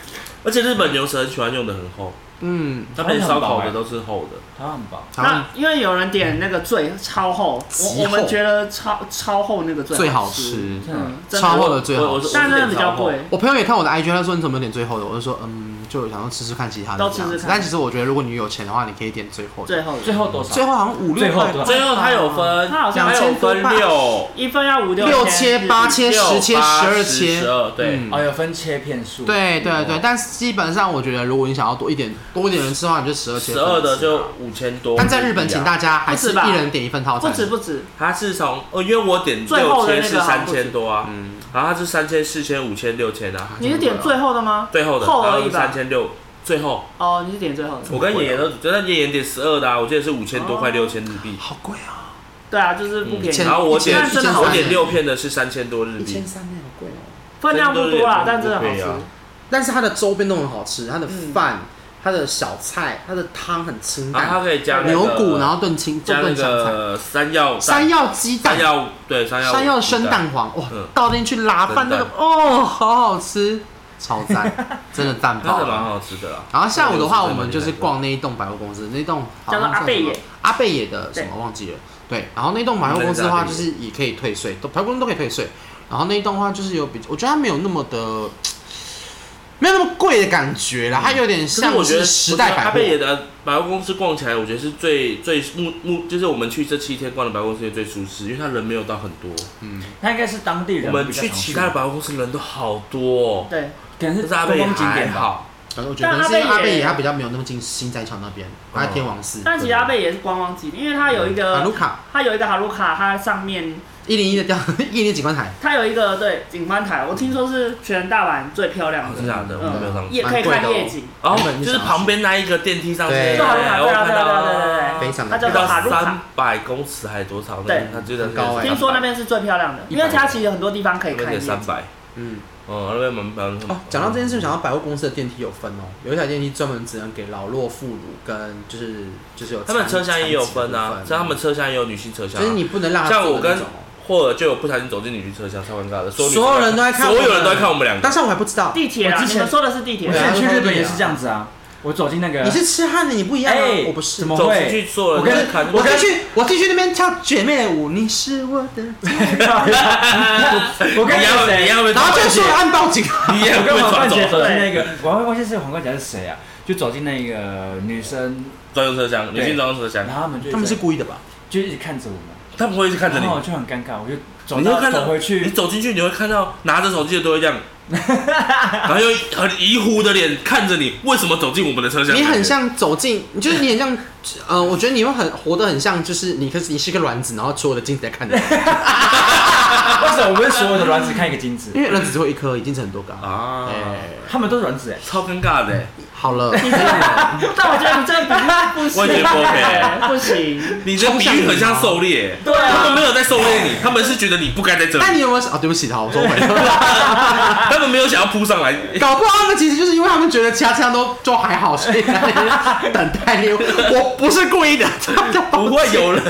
而且日本牛舌很喜欢用的很厚，
嗯，
他们烧烤
很
的
饱
都是厚的。
它很饱，
台
那
湾
因为有人点那个最超厚，
极
我我们
厚
觉得超超厚那个
最
好
好，吃，
嗯，真
超厚的最
我
好
我
吃。
是
但那个比较贵。
我朋友也看我的 IG，他说你怎么点最厚的？我就说嗯，就想说吃吃看其他的
都
这样
吃
子
吃。看
但其实我觉得，如果你有钱的话，你可以点最厚的。
最后
最后多少？
最后好像五六
最后
块
多
吧，
少
最后它有分，
它好像
它有分
2000
六、
一份要五六
六
千
切、八切、
六
十切、十
八
二
十
切，
二，嗯对。
嗯
哦，有分切片数。
对对对，但是基本上我觉得，如果你想要多一点多一点人吃的话，你就十二切。
十二的就。五千多。
啊但在日本，请大家还
不
是
止吧
一人点一份套
不
餐。
止不止，
它是从呃，因为我点
最
六
后的那
千
个
是
好像
三
不止
千多啊，
嗯，
然后它是三千、四千、五千、六千啊，
你是点最后的吗？
最后的
后而
然
已
后
吧
三千六，最后
哦，你是点最后的。
我跟妍妍都，但妍妍点十二的啊，我记得是五千多块六千日币，
好贵啊，
对啊，就是不便宜
千，
然后我点
一千三
我点六片的是三千多日
一
币
千，三那好贵哦。
分量不多啦，但
真
真
的
的好
不便宜
吃
啊。
但是它的周边都很好吃，它的
嗯
饭、它的小菜、它的汤很清
然后啊它
淡，
可以加那个
牛骨然后炖青
加
炖
那
炖香菜，
个山药
山药鸡蛋
山。药对山药
山药生蛋啊黄，哇
嗯，
倒进去拉饭
生
那
蛋
个，哦，好好吃，超 赞，真的赞
它
爆
是蛮
了。
好吃的啦。
然后下午的话，我们就是逛那一栋百货公司，那栋好像
叫做阿贝野
叫什么，阿贝野的什么忘记了。对，然后那栋百货公司的话，
嗯
就是也可以退税，都百货公司都可以退税。然后那一栋的话，就是有比，我觉得它没有那么的，没有那么贵的感觉啦，它有点
嗯可是
像
我觉得
时代百
阿
货
贝。野的百货公司逛起来，我觉得是最最目目，就是我们去这七天逛的百货公司最舒适，因为它人没有到很多。
它应该是当地
我
人。
们去其他的，百货公司人都好多、哦，
对，
可
但
能是
是阿贝
观
野
光景
还
点吧。
好，
可能我觉得可能是
但
因为
阿
阿
贝野
贝野它比较没有那么近新在桥那边，
哦
它在天王寺。
但其实阿贝也是观光景点，因为它有一
卡
个
卢，卡
它有一个哈鲁卡，它上面
一零一的吊 一零一景观台，
它有一个对景观台，我听说是全大阪最漂
嗯
亮
哦真的
的，
假的？我们没有上去。
也可
蛮
以
贵
看
的哦
夜景。
然后
原本是
就是旁边那一个电梯上去，哎
对
就哈鲁卡，
我
对啊，
看
对
到
啊，对啊，
啊
对啊对
非
啊
常，
它
对
叫
遇
做
到
哈鲁
三
卡。
百公尺还多少？
对
它就在
很高哎
听说那边是最漂亮的，因为它其实有很多地方可以
那
看
边
夜
三
景。
百，
嗯。
哦，那边蛮漂亮的。
哦，讲到这件事，想到百货公司的电梯有分哦，有一台电梯专门只能给老弱妇孺跟就是就是有
他们
残
车厢也有分
残，疾的
啊
部分
像他们车厢也有女性车厢啊，
就是你不能让他
像我
坐的那
跟
种哦
或者就有不小心走进女性车厢，超尴尬的，所
所有人都在看我
所
们
有人都在看我们两个
但。是我还不知道，
地铁啊，
我之
你
前
们说的是地铁
我之
对啊
前去日本也
对啊
是这样子啊，我走进那个，
你 是痴汉的，你不一样啊，
哎
我不是
怎。么
走进
会？
去所有人
我
都
跟
在看，
我进去，我进去那边跳姐妹舞，你是我的，
我跟
你要
谁
你要被
然后就说按报警，
你 也
我
被
跟黄
抓
冠
走
杰走进
对
那个，我忘记是黄冠杰是谁啊？就走进那个女生，
专用车厢，女性专用车厢
然，后他们就
他们是故意的吧？
就一直看着我们，
他不会一直看着
然
你
后，我就很尴尬，我就走
你会
到
看到
走回
你
去，
走进去，你会看到拿着手机的都会 这样，然后又很疑惑的脸看着你，为什么走进我们的车厢？
你很像走进，你就是你很像，呃，我觉得你会很活得很像，就是你可是你是个卵子，然后所有的精子在看你，
为什么不是所有的卵子看一个 精子？
因为卵子只会一颗，已经是很多个啊。
啊，
哎，
他们都是卵子哎，
超尴尬的欸，
好 了，
但我觉得你这个比喻不行，
我也觉得不 OK
不行。
你的比喻很像狩猎欸，
对
他们
啊，
没有在狩 猎你，他们是觉得你不该在这里
那，你有没有想？哦，对不起，好，我收回。
他们没有想要扑 上来。欸
搞不好他们其实就是因为他们觉得其他车厢都都还好，所以在那边等待你。我不是故 意的，
不会有人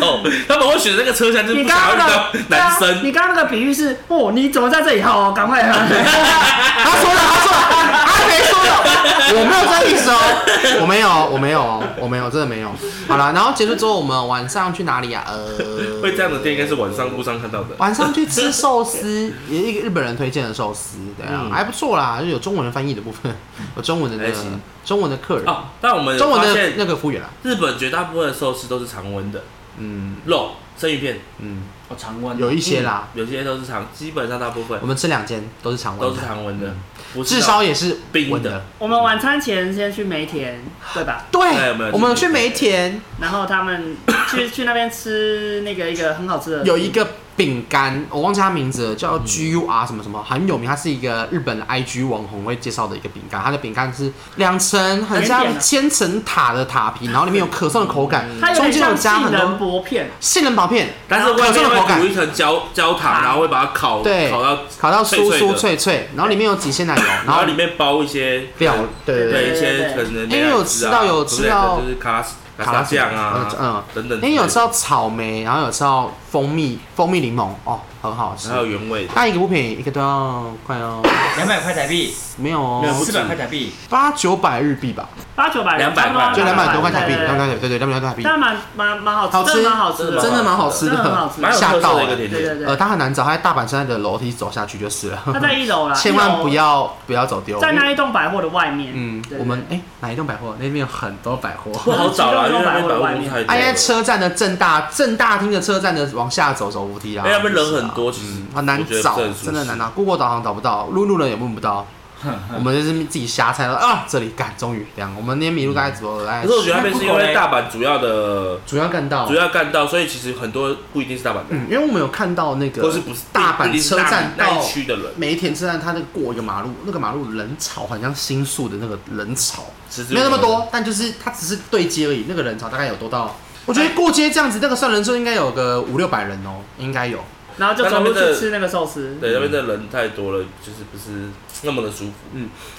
走，他们会选那个车厢，就是
啊你
不
刚
想要
刚
遇到
那个对
男
啊
生。
你刚刚那个比喻是哦，你怎么在这里？好，赶快 喝。
他说的，他说的，他没说的，我没有这意思哦，我没有，我没有哦，我没有，真的没有。好了，然后结束之后，我们晚上去哪里啊？呃，
会这样的店应该是晚上路上看到的。
晚上去吃寿司，也一个日本人推荐的寿司，对啊，
嗯
还不错啦，就有中文的翻译的部分，有中文的那
还
个
行
中文的客人，
哦，但我们有
中文
发
的
现
那个服务员啦，啊
日本绝大部分的寿司都是常温的，
嗯
肉、生鱼片
嗯，
哦，常温
有一些啦，
有些都是常，基本上大部分
我们吃两间都是常温
都
的，
是常温的，不是
至少也是温
冰
的
的。。
我们晚餐前先去梅田，对吧？
对我们有
对，
去
我们有去梅田
然后他们去去那边吃那个一个很好吃的，
有一个饼干，我忘记它名字了，叫 GUR 什么什么，很有名，它是一个日本的 IG 网红会介绍的一个饼干。它的饼干是两层，很
甜
像
点啊嗯
千层塔的塔皮，然后里面有可颂的口感，
它有
中
点
间有
像
加
杏
很
仁
多
薄片，
杏仁薄片，
但是外
可颂的
面
口
会
感
涂一层焦焦糖，然后会把它烤
对
烤到，
烤到酥
脆脆
酥
的
脆脆，然后里面有几鲜奶油，然
然
后
后里面包一些
料，对对对。
对一哎些
对对
可
对
能
因为有吃到有吃到
啊之类的就是卡拉
卡
卡
拉
拉
酱
酱啊，
嗯
等等之类的，
因为有吃到草莓，然后有吃到蜂蜜蜂蜜柠檬，哦，很好吃
还。有原味的，
但一个不便宜，一个都要快要
两百块台币，
没有哦
没有不止
四百块台币，
八九百日币吧，
八九百
200
差不多
块
就两百多块
200
台币，
对对
两
对
百对对两百多块台币，
但蛮蛮蛮好
好
吃，
吃
真的蛮好吃的，
真的蛮好吃
真的很好
的。
吃，
蛮有特色的一个
对
甜
对
点。
呃，
对，
它很难找，它在大阪山的楼梯走下去就是
它
了，
在一楼啦，
千
一
万
楼
不要不要走丢。
在那一栋百货的外面。
嗯
对，对
我们哎哪一栋百货？那边有很多百货。
不好找啦，因为那边百货公司太
哎、
多
在
了。
车站的正大正大厅的车站的往下走走楼梯啦，
哎，那边人很
是
多，其实
啊，很难
嗯我觉得
找
不是很，舒
真的
适
难找。Google 导航找不到，路路人也问不 到，我们就是自己瞎猜到啊，这里干，终于这样。我们那天迷路大概走了大概
可是我觉得那边是因为大阪主要的
主要干道
主，要干道，所以其实很多不一定是大阪人，
嗯，因为我们有看到那个
或是不是
大
不一定
阪
是
车
大阪
站
那
到
一区的人，
梅田车站，它那个过一个马路，那个马路人潮很像新宿的那个人潮，
其实
没有那么。多，但就是它只是对接而已。那个人潮大概有多到？我
哎
觉得过街这样子，那个算人数应该有个五六百人哦，应该有。
然后就走路去吃那个寿司，
对，那边的人太多了，就是不是那么的舒服。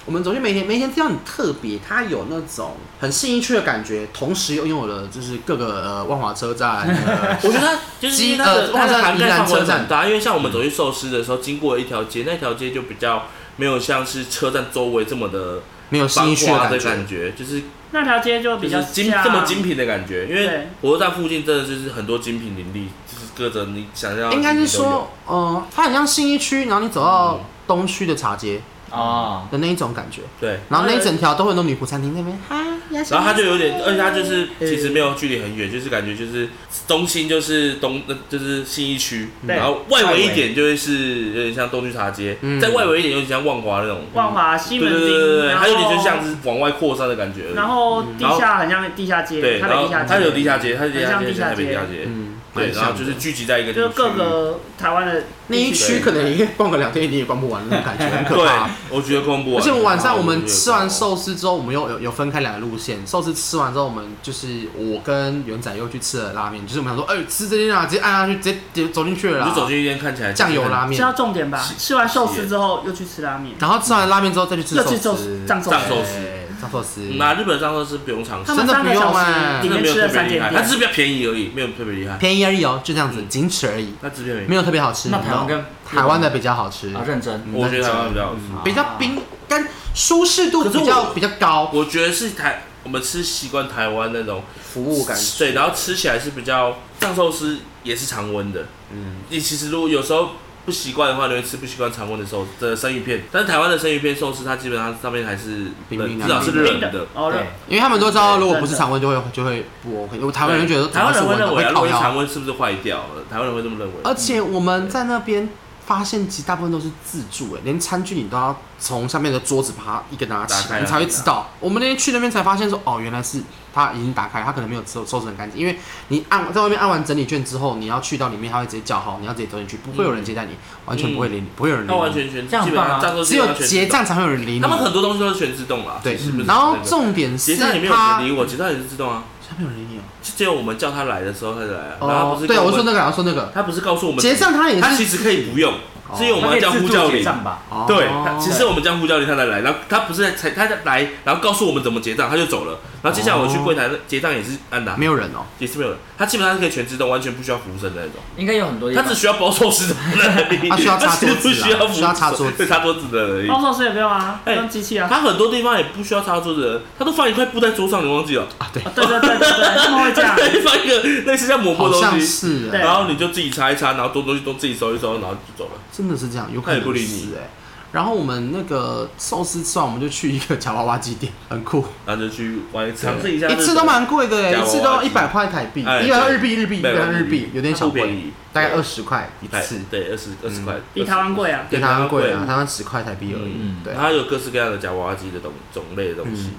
我们走去梅田，梅田地方很特别，它有那种很信义区的感觉，同时又拥有了就是各个呃万华车站、 呃
我觉得它 就是因为它的
基呃
它的涵
宜
盖
兰
范围
车站
很大，因为像我们走去寿司的时候，经过一条街，那条街就比较没有像是车站周围这么的
没有
繁
信义区的
华的
感觉。
感觉，就是
那条街就
就
比较
是精
像
这么精品的感觉。因为
对
火车站附近真的就是很多精品林立，就是各种你想要的
应该
精
是
品都有
说，呃，它很像信义区，然后你走到东区的茶街
哦，
的那一种感觉，
对，
然后那一整条都会有那种女仆餐厅那边啊，
然后它就有点，而且它就是
呃
其实没有距离很远，就是感觉就是中心就是东，呃就是信义区，
对
然后外围一点就会是有点像东区茶街，
嗯
再外围一点有点像万华那种，
万华西
对
门
对对对
町，
对，
然
它
后
有点就像是往外扩散的感觉而已。
然后地下很像地下街，
嗯对，
它的
然后
地下街，
它有地下街，它有地下街，
很像地
像
下
台北地
街
下街，
嗯，
对，
蛮像
然
的
后就是聚集在一个地
就是
区
各个台湾的
那一
地区
区可能也逛个两天一定也逛不完那种感觉，很可
对
怕。，
我觉得恐怖。啊
而且晚上我们吃完
瘦，
寿司之后，我们又有有分开两个路线。寿司吃完之后，我们就是我跟元仔又去吃了拉面，就是我们想说，哎、吃这间啊，直接按下去，直接直接走进去了
你就走
啦，
进一间看起来
酱油拉
是
面。
要重点吧
是？
吃完寿
是
司之后又去吃拉面，
然后吃完拉面之后再去吃
又
寿
去寿
司，
藏寿
藏寿
司，
司
对，藏寿司。
嗯那日本上寿司不用尝试
他，们
真的
三个
不用
小
啊
时里
真的
面
没有
吃了
特别
三
厉
间
害，
店
它只，是比较便宜而已，没有特别厉害，
便宜而已哦，就这样子，仅此而已，
它只是便宜
没。有特别好吃。
那台湾跟
台湾的比较好吃，
啊认真，
我觉得台湾比较好吃。
比较冰，但舒适度
可是
比
我
较比较高，
我觉得是台，我们吃习惯台湾那种，
服务感觉。
对，然后吃起来是比较藏寿司也是常温的，嗯，你其实如果有时候。不习惯的话，你会吃不习惯常温的寿的生鱼片。但是台湾的生鱼片寿司，它基本上上面还是
冰冰
冷，
的
至少是
冰
冷
的
的。
哦，
对
热
因为他们都知道，
对
如果不是
真的
常温就会就会不 OK。我台湾人觉得
台湾人会
怎么
认为
是温的
啊，如果
会靠
是
腰
常温是不是坏掉了？台湾人会这么认为。
而且我们在那边发现，其实大部分都是自助，哎，连餐具你都要从上面的桌子把它一个拿
打
起
开
来，
啊
你才会知道。我们那天去那边才发现说，哦，原来是它已经打开，它可能没有收收拾很干净，因为你按在外面按完整理券之后，你要去到里面，它会直接叫号，你要直接走进去，不会有人接待你，完全不会理你，不会有人理
它完
你，哦
全全
这样
基本上
吧
战斗
只
机
有
完全
结
自动
账才会有人理你。
他们很多东西都是全自动啊啦。
对
其实不，是
然后
那个
重点是
结账也没有
它
人理我，结账也是自动啊。
下面有人理你
只有我们叫他来的时候他才来啊，然后他
哦
不，是
对，
跟
我
们
说那个，我说那个
他不是告诉我们
结账，他也
他
是
其实可以不用，
哦
是因为我
他
们
可
要叫
以自
呼
助
叫
结
铃。
账吧？
哦
对，他其实我们叫呼叫铃，他才来，然后他不是才他来，然后告诉我们怎么结账，他就走了。然后接下来我去柜台结账也是按打，
没有人哦。
也是没有人，他基本上是可以全自动，完全不需要服务生的那种，
应该有很多地
他
方，
只需要包寿司 的而已，
哦他需要擦
其实
桌子啊
不需要服务
需要擦桌子哦
对擦桌子的而已。
包寿司也不用啊，
哎
用机器啊。
他很多地方也不需要擦桌子的，他都放一块布在桌上，你忘 记了？
哦对对对对对，他们会这
他
样。
对 放一个类似像抹布
好
的
像
东西，
是哎、
对
然后你就自己擦一擦，然后多东西都自己收一收，然后就走了。
真的是这样，有可能
他也不理
是
你
哎、然后我们那个寿司吃完，我们就去一个夹娃娃机店，很酷，
然后就去玩尝试一下日
一
本，
次都蛮贵的哎、
夹娃
一
娃机
次都一百块台币，一
哎
百日币日币一
对
百日币，有点小
它不便
贵，
宜，
大概二
十
十块一次，
哎
嗯
对，二十二十块，
比台湾贵啊
对台湾贵啊，
嗯
台湾十块台币而已。
嗯
对，
它有各式各样的夹娃娃机的东种类的东西，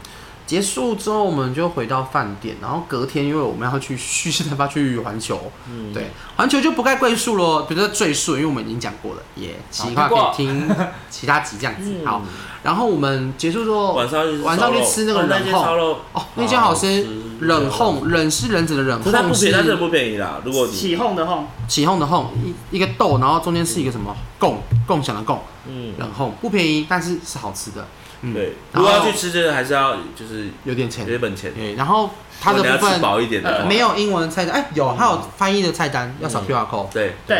结束之后我们就回到饭店，然后隔天因为我们要去蓄势待发去环球，
嗯，
对，环球就不该赘述咯，比如说赘述，因为我们已经讲过了，也其他
好
可
听
以
过
听其他集这样子。
嗯
好，然后我们结束之后，
晚上去
晚上去吃那个冷
冷
烘
烧肉，
哦，那间好吃
啊好吃，
冷烘冷是忍者的冷，
可是它不
烘
便宜，它真的
是
不便宜啦。如果你
起哄的哄，
起哄的哄，一一个豆，然后中间是一个什么共共享的共，
嗯，
冷烘不便宜，但是是好吃的，嗯，
对，
然
如
后
果要去吃这个，还是要就是
有点
有
钱，
点本钱，
对，然后它的
如果
部
你要吃
分
饱一点的话
没有英文菜单，哎，有，它有翻译的菜单，要扫
嗯
QR code，
对，
对，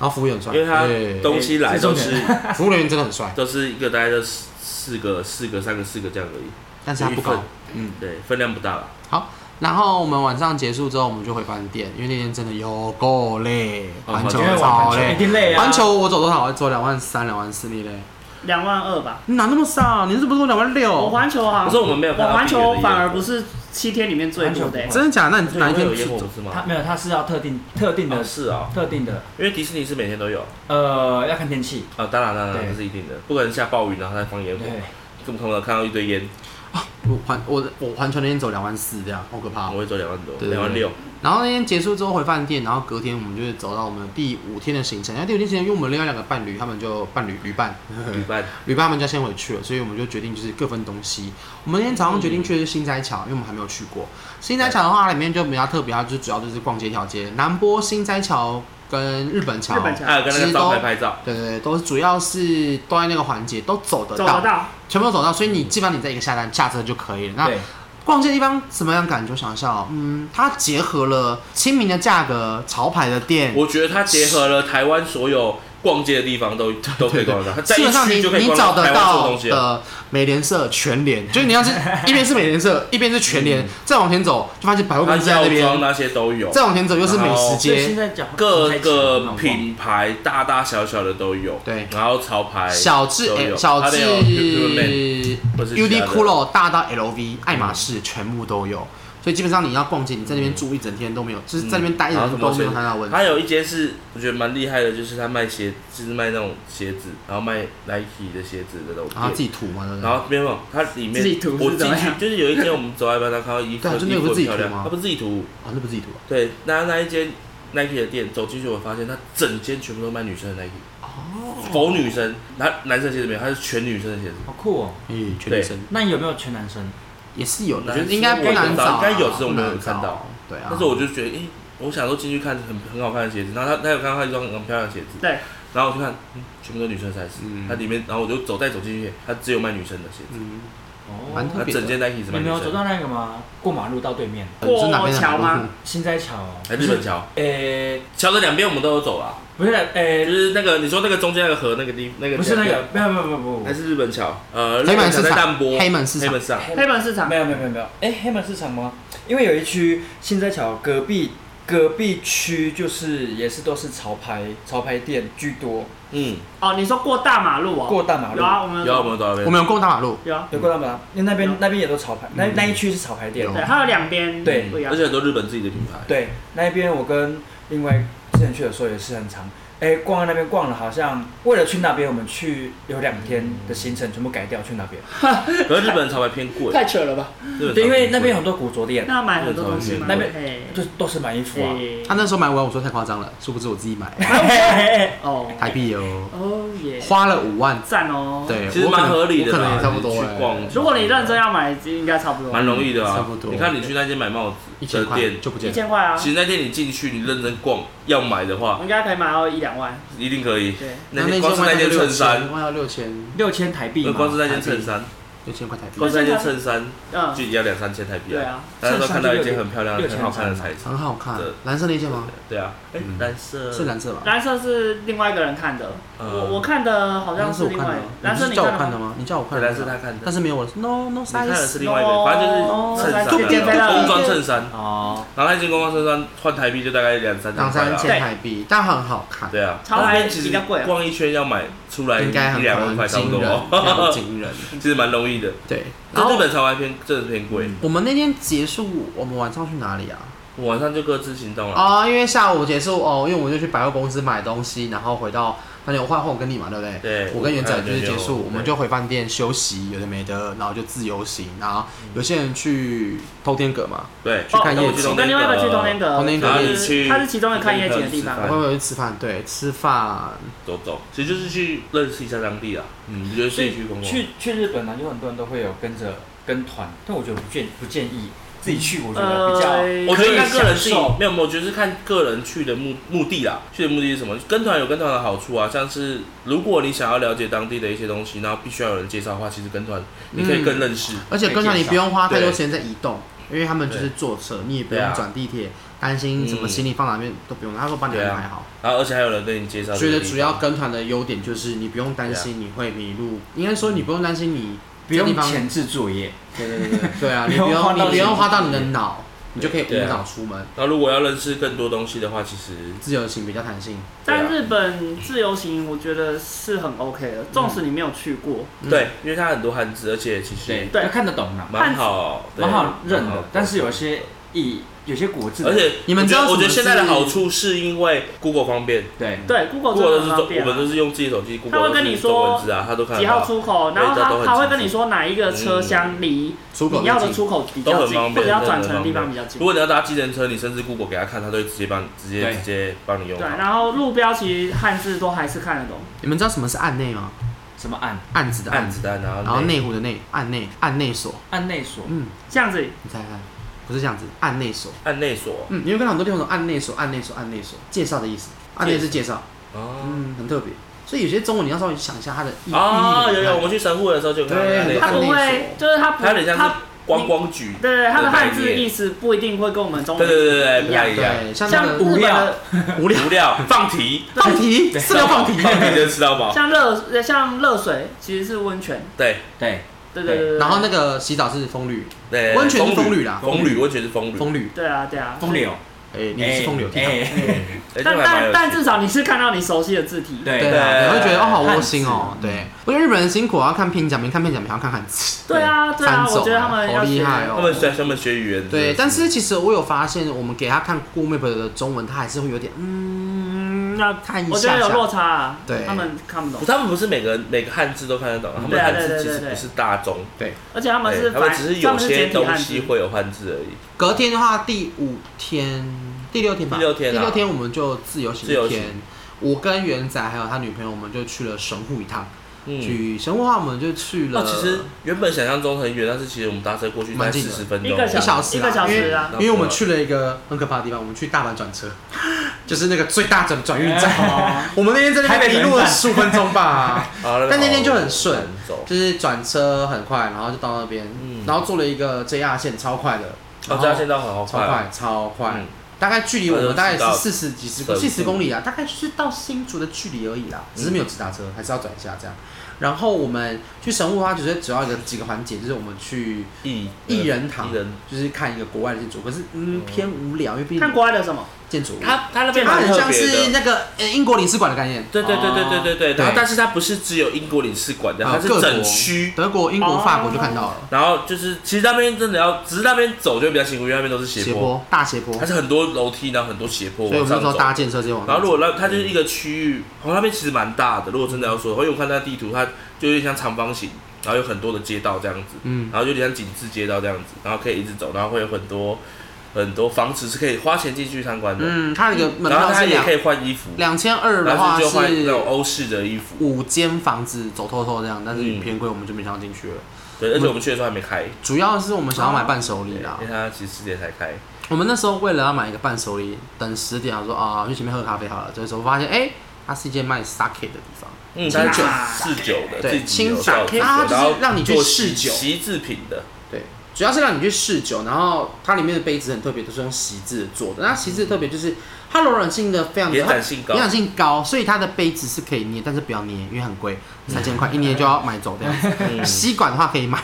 然后服务员很帅，
因为它
对
东西来
这重
都
点
是
服务人员真的很帅，
都是一个大概就四四个四个三个四个这样而已，
但是他不
一
高
份，
嗯。
对，分量不大啦。
然后我们晚上结束之后，我们就回饭店，因为那天真的有够累，
哦
环球
因为
超
玩一
累。
定累啊。
环球我走多少？我走两万三、两万四，你嘞？
两万二吧。
你哪那么少？你是不是说两万
我
六？
环球
哦
好
可是
像，
我们没有看
我
到
环
毕业的
球
夜
反而不是七天里面最多的、欸
环球
真的假的？那你哪一天
有
去
烟火
走？
不是
他
吗？
没有，他是要特定特定的
哦，是啊，
特定的，
因为迪士尼是每天都有啊，
呃，要看天气。
当然当然
对
这是一定的，不可能下暴雨然后再放烟火，
对，
更不可能看到一堆烟，
我环我我环球那天走两万四，这样好可怕
我
哦。
会走两万多，
对
两万六，
然后那天结束之后回饭店，然后隔天我们就是走到我们第五天的行程。然后第五天行程，因为我们另外两个伴侣，他们就伴侣旅伴，
旅伴
旅伴他们就要先回去了，所以我们就决定就是各分东西。我们那天早上决定去的是新斋桥，因为我们还没有去过。新斋桥的话，它里面就比较特别，它就主要就是逛街条街，南波新斋桥跟日本桥，
日本桥
还有跟
其
那个
实
招
都
牌拍照，
对对对，都是主要是都在那个环节都走得
走
到，
得到。
全部都走到，所以你基本上你在一个下单下车就可以了。那
对，
逛街的地方什么样感觉？我想一下哦，嗯，它结合了亲民的价格、潮牌的店，
我觉得它结合了台湾所有逛街的地方都都可以逛得到，它在
基
一
本上你
区就可以
你
逛
找
到
得
台湾所有
到
东西了。
的美联社全联，就是你要是 一边是美联社，一边是全
嗯
联，再往前走就发现百货
它
公司在那
药妆
边，
那些都有，
再往前走又是美食
所以现
街，
在讲
各个品牌大大小小的都有，
对
然后潮牌
小至
都
哎
有
小
它
至
没有 Superman 或是其他
U
的嗯
D c u l o 大到 L V 爱马仕全部都有，所以基本上你要逛街，你在那边住一整天都没有，
嗯
就是在那边待一整天都没有太大问题。
他有一间是我觉得蛮厉害的，就是他卖鞋，就是卖那种鞋子，然后卖 Nike 的鞋子的那种
然后啊自
店。
己涂嘛，对不
然
对？
后没有没有，它里面
自己涂是
我
怎
进
么
去
样
就是有一天我们走在班上看到衣服，
对啊就那
衣
个
服
不是自
很
己
漂亮
涂吗，
它不是自己涂。
啊，那不是自己涂啊
对，那那一间 Nike 的店走进去，我发现它整间全部都卖女生的 Nike，哦，否女生，男男生鞋子没有，它是全女生的鞋子。
好酷哦。
嗯，全女生
那你有没有全男生？
也是有，我觉
男
得
生
应该不难找啊，
应该有这种
不难
我
找
看到，
对啊。
但是我就觉得，诶、我想说进去看很很好看的鞋子，然后他他有看到一双很漂亮的鞋子，
对，
然后我就看，嗯，全部都女生的 size，、
嗯
它里面，然后我就走再走进去，它只有卖女生的鞋子，
嗯，蛮
哦，
特
它
别
整
的。
间 Nike 是
你
卖女
没有走
生
到
的，
那个吗？过马路到对面，
是哪边的
过桥吗
马路
新斋桥。
哎，日本
嗯
桥，
诶，
桥的两边我们都有走啊啦，
呃不是，
就
诶，
是那个你说那个中间那个河那个地那个
不是那
两
个，没有没有没有没有
边，还是日本桥，呃，
黑门
日本桥
市
在
场
淡波，
黑门市场
黑门市场，
黑本市场
没有没有没有没有，哎、黑门市场吗？因为有一区新斋桥隔壁隔壁区就是也是都是潮牌潮牌店居多，
嗯，
哦，你说过大马路哦？
过大马路
有啊，我们
有啊我们到那 边，
我们有过大马路，
有啊，
有过大马路，因为那边
嗯
那边也都潮牌，那
嗯
那一区是潮牌店
有，
对，它有两边
对
不一样
而。且很多日本自己的品 牌，
对，那一边我跟另外之前去的时候也是很长，哎、逛到那边逛了，好像为了去那边，我们去有两天的行程全部改掉去那边，
可是日本潮牌偏贵，
太扯了吧？
日本潮牌偏贵
对，因为那边有很多古着店，
那买很多东西吗？
那边
嘿哎
就是都是买衣服啊，
嘿
他那时候买完，我说太夸张了，殊不知我自己买，
哦，
台币哦，
哦耶，
花了五万，
赞哦。，
对，
其实
我可能
蛮合理
我
的
可
啦
能也差不多
你去
哎
逛
如果你认真要买，应该差不多。
蛮容易的啊，
差不多
你看你去那间买帽子
一千
的
块
店，
就不见
一
了，
千块啊，
其实那天你进去，你认真逛，要买的
我
话
应该可以买到一两万。
一定可以。
对，
那天光是那件衬衫，
花要六千
六千台币
呃
嘛，
光是那件衬衫，
六千块台币
光，是那件衬衫
嗯
就，已经要两三千台币
对
了。
啊，
大家都看到一件很漂亮、很好看的材质，
很好看
对，
蓝色那件吗？
对啊，哎，蓝色
是蓝色吧？
蓝色是另外一个人看的，
嗯
我我看的好像
蓝色
是
我
另
看
外
的，，
蓝色
你
你
是叫我看
看
的
吗？
吗？你叫我看
对，
的，
蓝色他看的
但，是没有我的 no no
你看的
size，
是另外一个，反正就是衬
去减肥
衫啊，
了
工装衬衫，
哦，
然后那件工装衬衫换台币就大概两三
两
块
三
啦。
千台币，但很好看，
对啊，
潮
那
牌
边其实
比较贵啊
逛一圈要买出来
应该
一
很
两万
很
块差不
惊
多
人，非常
哦，
惊人，
其实蛮容易的。
对。然
但日
后
本潮牌偏真的偏贵，
我们那天结束，我们晚上去哪里啊？
我晚上就各自行动了。
哦，因为下午结束哦，因为我就去百货公司买东西，然后回到那里我换换我跟你嘛，对不对？
对
我跟元仔就是结
还有
束，
牛
我们就回饭店休息，有的没的，然后就自由行，然后有些人去偷天阁嘛，
对，
去看夜景
哦我跟另外一个去东天阁，
东天阁
它
夜
是
景
它是其中一个看夜景的地
对
然
方。
后有去吃饭，对，吃饭
走走，其实就是去认识一下当地啊。嗯，我觉得自己去逛逛。
去去日本呢、有很多人都会有跟着跟团，但我觉得不建不建议自己去，我觉得比较、
呃，
我觉得看个人
可以
是
享受
没有，没有我觉得是看个人去的目目的啦。去的目的是什么？跟团有跟团的好处啊，像是如果你想要了解当地的一些东西，然后必须要有人介绍的话，其实跟团你可以更认识。
而且跟上你不用花太多
对
时间在移动，因为他们就是坐车，你也不
对啊
用转地铁，担心什么
嗯
行李放哪边都不用。他说帮你
对啊
安排好，
然后而且还有人跟你介绍这
觉
个地
得
方。
主要跟团的优点就是你不用担心你会迷路，应该说你不用担心你
不
这地
用
方
前置作业，
对对对对对啊，你
不
不
用花
用你
到
不
时
用
间
花到你的脑，你就可以
对
无
啊
脑出门，
然后如果要认识更多东西的话，其实
自由行比较弹性。
但日本自由行我觉得是很 OK 的，纵使你没有去过，
嗯
对，因为它很多汉字，而且其实
对
要看得懂啦，
蛮好，对
蛮好认
蛮
的，但是有些意有些国字，
而且
你们
我
知
觉
道
得我觉得
什么
现在的
是
好处是因为 Google 方便
对
对，Google 哦真
，Google
的
都是
很方
中，我
便
们都
啊。
是用自己手机
他
，Google
会
都
跟
是
你
中
说
文字啊，他都看
几
得
号
到，
出口，然后
对这都
他
很
他会
清
跟
楚
你说哪一个车厢离
嗯出口
你要的
入境
出口比较
都很
近，
方便
或者要转乘的地方比较近
如。果你要搭计程车，你甚至 Google 给他看，他都会直接帮你直接
对
直接帮你用
对，
好。
然后路标其实汉字都还是看得懂。
你们知道什么是案内吗？
什么案
案子的
按
案，
子弹，然
然后
后
内湖的内，案内案内所。
案内所，
嗯，
这样子，
你猜猜看，不是这样子，案内所。
按内锁，
嗯，你会看到很多地方说案内所、案内所、案内所，介绍的意思。案内是介绍，
哦
嗯，很特别。所以有些中文你要稍微想一下它的意意义。
啊，有有，我
我
们去神户的时候就有看到
对
按内
它
他
锁，
不会，就是他不，
它有点像是
他
观光局，
对对，他的
的概
汉字
念
意思不一定会跟我们中
对
文
对对对，
一
不
样
太。一样。
对，像那
像
个
日本的，
无聊
无 料放题，
放题，
对
饲料放题。
放题就吃到饱。
像热像热水其实是温泉，
对
对，
对对对对。
然后那个洗澡是风吕，
对，
温泉是风吕啦
风吕温泉是风吕，
风吕，
对啊对啊，
风流，
哎，你们是风吕，
哎，哎
哎这
但
个还蛮有
但
趣
但至少你是看到你熟悉的字体，
对
对，
啊，
对
你会觉得哦，好窝心哦
汉。字
对，我觉得日本人辛苦啊，看片假名，看片假名，还要看汉字。
对啊对啊
三种
我觉得他们要
好厉害
他们
哦。
学他们学语言，
对，但是其实我有发现，我们给他看 Google Map 的中文，他还是会有点嗯，要看一
我觉
下
得有落
下。
差啊，
对
他们看不
可
懂，
是他们不是每个每个汉字都看得懂，他们
对啊
汉
对
字
对
其
对
实
对
不是大众，
对，
而且他们
对
是
他们
繁，
只是
他
有
们是简
些
体
东
汉
西
字，
会有汉字而已。
隔天的话，第五天、第六天吧，
第六天啊
第六天我们就自由行
自由
一
行
天。我跟元仔还有他女朋友，我们就去了神户一趟。
嗯，
去神户的话，我们就去了
那其实原本想象中很远，但是其实我们搭车过去才
蛮近
四
的
十分钟，
一个
一小
小
时
时
啦
一个小时
因
啊，
因为我们去了一个很可怕的地方，我们去大阪转 车，就是那个最大转转运站。
哎
哦
我们那天在那
台北
边一
转
路
运
了
站
十五分钟吧，
啊
但那天就很顺，
好走。
就是转车很快，然后就到那边，
嗯
然后坐了一个 JR 线，超快的，
哦，这条线道很好
超
快啊，
快，超快
嗯，
大概距离我们大概
我
是
就
四十几十
神户嗯
七十公里啊，大概就是到新竹的距离而已啦，只是没有直达车，还是要转一下这样。然后我们去神户的话，就是主要有几个环节，就是我们去
艺
艺人堂
艺人，
就是看一个国外的建筑，可是嗯
嗯
偏无聊，因为毕
看
竟
国外的什么？
建筑物，
他他那边
它
蛮
很
特
像
别
是
的。
那个呃英国领事馆的概念，
对对对对对对对，然后但是它不是只有英国领事馆的，它
呃
是
各
整
国
区，
德国、英国、
哦
法国就看到了，
然后就是，其实那边真的要，只是那边走就会比较辛苦，因为那边都是斜
斜
坡，
坡、大斜坡，
它
所
是很多楼梯，然后很多斜坡
以我们
往
那
上
时候
走。
搭建车直接往上
然后如
走。
果那它就是一个区域，哦，那边其实蛮大的。如果真的要说，因为我看它地图，它就有点像长方形，然后有很多的街道这样子，
嗯，
然后有点像景致街道这样子，然后可以一直走，然后会有很多很多房子是可以花钱进去参观的，
嗯，它那个门
然后
票
它
是
也
两
可以换衣服，
两千二的
然后
话
就换那种
是
欧式的衣服。
五间房子走透透这样，但是
嗯
偏贵，我们就没想要进去了。
对，而且我们去的时候还没开，
主要是我们想要买伴手
对
礼啦
因为，它其实四点才开。
我们那时候为了要买一个伴手礼，等十点，我说啊去前面喝咖啡好了，这时候发现哎。它是一间卖 sake 的地方，
嗯，
清
它是
酒
四九的，
对
自己有
清酒
造制的
它啊就是
然后
让你去
做
试
习
酒
习制品的，
主要是让你去试酒，然后它里面的杯子很特别，都是用席制做的。那席制特别就是它柔软性的非常的，
延
它
展性高
营。养性高，所以它的杯子是可以捏，但是不要捏，因为很贵，三千块一捏就要买走这样 子。
嗯
吸管的话可以买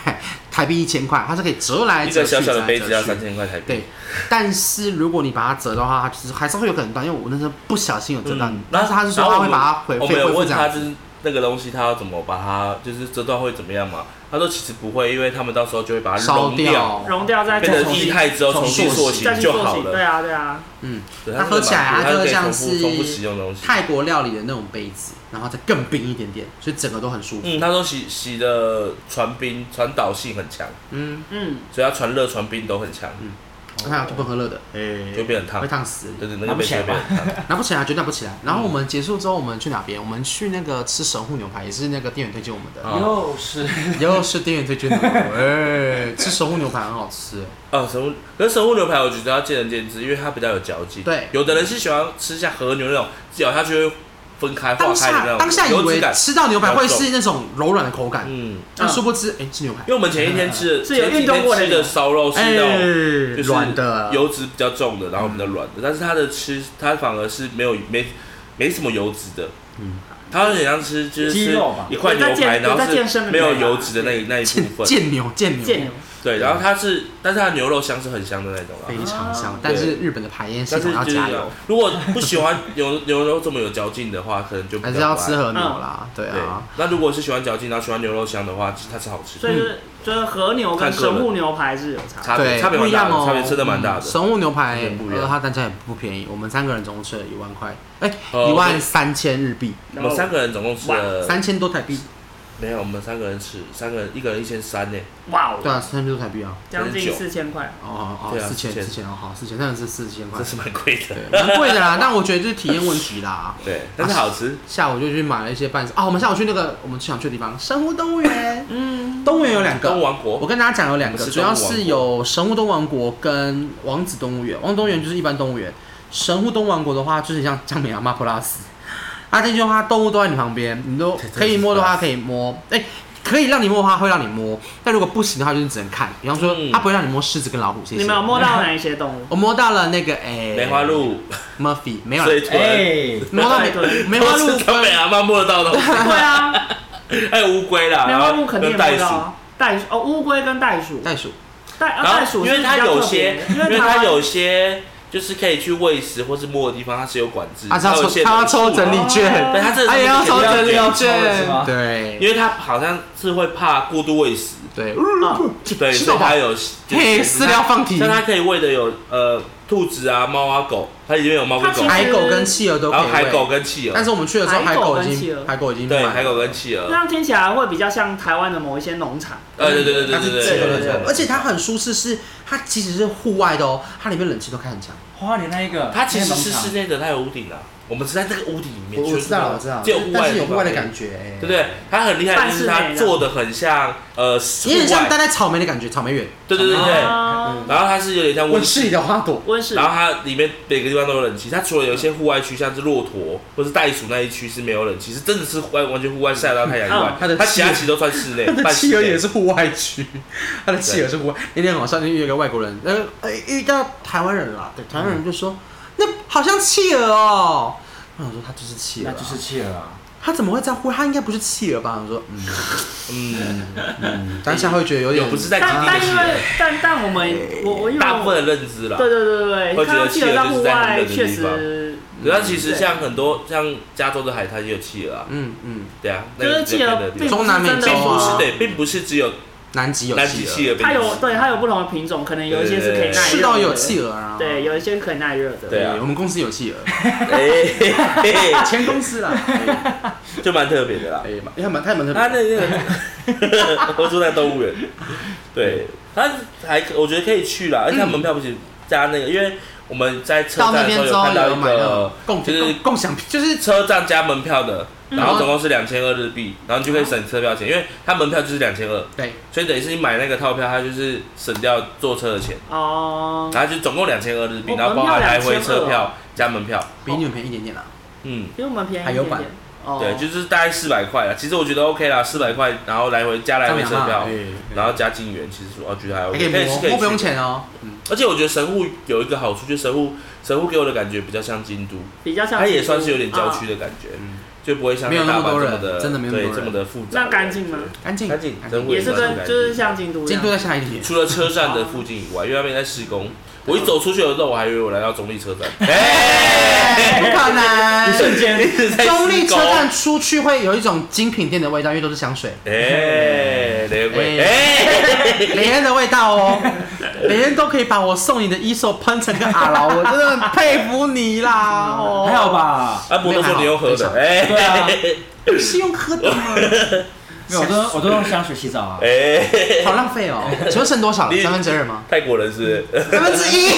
台币一千块，它是可以折来
一
折
个
去
小小
折
的
来
杯子要
折
三
去。
千块台币。
对但是如果你把它折的话，它其实还是会有可能断，因为我那时候不小心有折到，
嗯
但是他是说
然
他
后我
会
们
把它回
我
复
们有
恢复
问
这
他
样
就
子。
是那个东西，他要怎么把它，就是这段会怎么样嘛？他说其实不会，因为他们到时候就会把它
烧
融掉，
掉，
融掉再
哦变成
重新
液态之后重
重
新
塑
塑
形
再
形
去
就
做
好
起对
了。
啊，对啊，
嗯，
对
它喝起来
它
它
真的蛮酷
就像
它是可以重复重复
是
使用的东西。
泰国料理的那种杯子，然后再更冰一点点，所以整个都很舒服。
嗯，他说洗洗的传冰传导性很强，
嗯，
嗯，
所以它传热传冰都很强，
我看就不喝热的，
哦就变很烫
会。烫死。
对对，那个杯子会
拿不起来
变
吧
很烫。
拿不起来，绝对拿不起来。然后我们结束之后，我们去哪边？我们去那个吃神户牛排，也是那个店员推荐我们的，
啊
又 是
又是店员推荐的。哎，吃神户牛排很好 吃，
啊，神户，可是神户牛排我觉得要见仁见智，因为它比较有嚼劲。
对
有的人是喜欢吃下和牛那种，咬下去会分开化
当
开的那
下
种
当下以
油脂
为
感。
吃到牛排会是那种柔软的口感，
嗯，
但殊不知，哎，是牛排
因，为我们前一天吃的，
是有
前几
运动
天
过的
吃的
牛
烧肉是
哎
那种就是，
软的，
油脂比较重的，然后比较软的，但是它的吃它反而是没有没没什么油脂的。嗯
嗯，
它很像吃就是
鸡
吃
肉吧
一块牛
有在
排，
健
然后
有在健身
是
的
没有
牛排
油脂的那一那一部
贱
分。
贱牛，贱
见
牛
牛，
对，然后它是，但是它的牛肉香是很香的那种啊。
非常香
啊。
但是日本的排烟系
但是
统要
就是
加油，
如果不喜欢牛 牛肉这么有嚼劲的话，可能就比较
还是要
不爱
吃和牛啦，对
对
啊。。
那如果是喜欢嚼劲，然后喜欢牛肉香的话，其实它是好吃的，
所以就是就是和牛跟
看个人
神户牛排是有差。
差别
对，
差别
不
蛮
一
大
样
的，
哦，
差别真的蛮大的
嗯。神户牛
有
排
点不一样
呃，它单价也不便宜，我们三个人总共吃了一万块，哎，
哦
一万三千日币，
我们三个人总共吃了，
三千多台币。
没有，我们三个人吃，三个人一个人一千三呢，
哇
对
哦，
啊，三千多台币啊。
将
很久
近四千块。
哦哦，
对啊
四千
4000
四千哦，好，四千，那是四千块
这，是蛮贵的。
对，蛮贵的啦。但我觉得就是体验问题啦。
对，但是好吃。
下午就去买了一些伴手啊，我们下午去那个我们想去的地方，神户动物园。
嗯，
动物园有两
跟
个，
王
我
国，
跟大家讲有两
我
个，
们是
主
动物
要
王国
是有神户动物王国跟王子动物园。王子动物园就是一般动物园，神户动物王国的话就是像江美阿妈 plus。啊，进去的话，动物都在你旁边，你都可以摸的话可以摸，哎、可以让你摸的话会让你摸，但如果不行的话就是只能看。比方说
嗯，
它不会让你摸狮子跟老虎，谢谢。
你们有摸到哪一些动 物？
我摸到了那个哎，
梅花鹿、
Murphy 没有啦，
水豚，
哎，
摸到梅
对
梅 花
都
鹿
是跟美
分
阿妈摸得到的东西，
对啊，
还有乌龟啦，
梅
然
花
后
鹿肯定
跟呃袋
也摸到
鼠。
啊，袋鼠哦，乌龟跟袋鼠，
袋鼠，
袋啊
然
袋
后因
鼠是
为
比
它
较
有
特别
些
的，
因为
台
它
湾
有些就是可以去喂食或是摸的地方，它是有管制，
啊它要
有
抽
限
它要
人
抽
数
整理券，
对，它这
哎
也
呀，抽
要
整理
要抽的是
券
吗，
对
因为它好像是会怕过度喂食，
对，
对，
吃
所
到
以
饱
它有
嘿，饲料放题
像，它可以喂的有呃兔子啊、猫啊、狗，它里面有猫跟
它其
狗
实，
嗯海狗跟企鹅都可
然
以
后
喂
海狗，跟企鹅
但，是我们去的时候海狗
海狗
已
跟企
经
鹅
海狗已经
对，
满
海狗跟企鹅，
那样听起来会比较像台湾的某一些农场，
呃，对对对对
它
对
是
对
企鹅
对
的
对
时候
对，
而且它很舒适，是它其实是户外的哦，它里面冷气都开很强，
花莲那一个，
它其实是
那个农场
室内的，它有屋顶啊，我们是在那个屋顶里面，
我我知道了我知道，
只有户外
但是有户外的
觉。
感觉，哎
对不对？？它很厉害，
半
就是
室
它
内
做的很像呃户
有点像待
外，
在草莓的感觉，草莓园，
对对对对，
啊
然后它是有点像温
温室里
室，
的花朵，
温室
然，后它里面每个地方都有冷气。它除了有一些户外区，像是骆驼或是袋鼠那一区是没有冷气，是真的是户外完全户外晒到太阳以外
嗯，
它的
它其他
气
其实都算 室内，
它的
半室
企鹅也
内。
是户外区，它的企鹅是户外。那天晚上就遇到一个外国人，呃呃，遇到台湾人了，对，台湾人就说，那好像企鹅哦。那我说他就是企鹅、
那
啊，
就是企鹅啊，
他怎么会这样挥？他应该不是企鹅吧？我说，
嗯，
当下会觉得有点
有不是在
但
基
但
地
因
的
为但但我们
哎
我我因为
大部
我
分的认知啦。
对对对对
会觉
对，看
得
到
企
企
鹅
鹅在
就是
户
在很
外
冷的
确
地方
实，
可是其实
对
像很多像加州的海滩也有企鹅啊，
嗯嗯，
对啊，那
就
个
是企
比较
鹅
偏的地
并
方
中南美
真的
洲
并
啊
不
中
是对，并不是只有
南极有
南极
企
企
鹅，
鹅，
它有对它有不同的品种，可能有一些是可以耐热的，
赤道也有企鹅啊，
对，有一些是可以耐热的。
对啊
我们公司有企鹅，
哎，
前公司啦，
就蛮特别的啦
哎。呀，他们他们
他那个 我住在动物园，对，他还可我觉得可以去啦，而且他门票不行加那个，因为我们在车
到
站
那
的时
边
候
之
有
后
看到
有
一
买那种
个，
共
就是
共共享，就是
车站加门票的，然
嗯
后总共是两千二日币，然后你就可以省车票钱，因为他门票就是两千二，
对，
所以等于是你买那个套票，它就是省掉坐车的钱，
哦，
然后就总共两千二日币，
哦
然后包含
门票
来回车
2200
票加门票，
比你们便宜一点点啦，
嗯。
比我们便宜
还
一
有
点
版
点。哦，
对，就是大概四百块啦。其实我觉得 OK 啦，四百块，然后来回加来回
啊
车票，
哎
然后加进园，其实我觉得还
还
OK，
可以
可以
摸
可以
摸不用
去。
钱哦，嗯，
而且我觉得神户有一个好处，就是神户神户给我的感觉比较像京都，
比较像啊
它也算是有点郊区
的。
的感觉
嗯，
就不会像
没有那
大
么
阪
多
这
人
么的
真的没有那么
对
多人
这么的复杂。
那干净吗
干净
干净真
啊也
会
是跟就是像京都一
进
样
度，再下一 点，
除了车站的附近以外，因为那边在施工，我一走出去的时候，我还以为我来到中立车站。哎，
不可能，
瞬 间
一直在施工
中立车站。出去会有一种精品店的味道，因为都是香水，
哎，雷鬼，
哎
哎，
雷恩的味道哦，雷恩都可以把我送你的衣袖喷成个阿劳，我真的很佩服你啦！哦，
还好？ 吧？
阿伯都说你用喝的，哎，
对啊，
是用喝的吗？
没有，我都我都用香水洗澡啊。
哎，
好浪费哦！请问剩多少？
你
三分之二吗？
泰国人是不是
三分之一。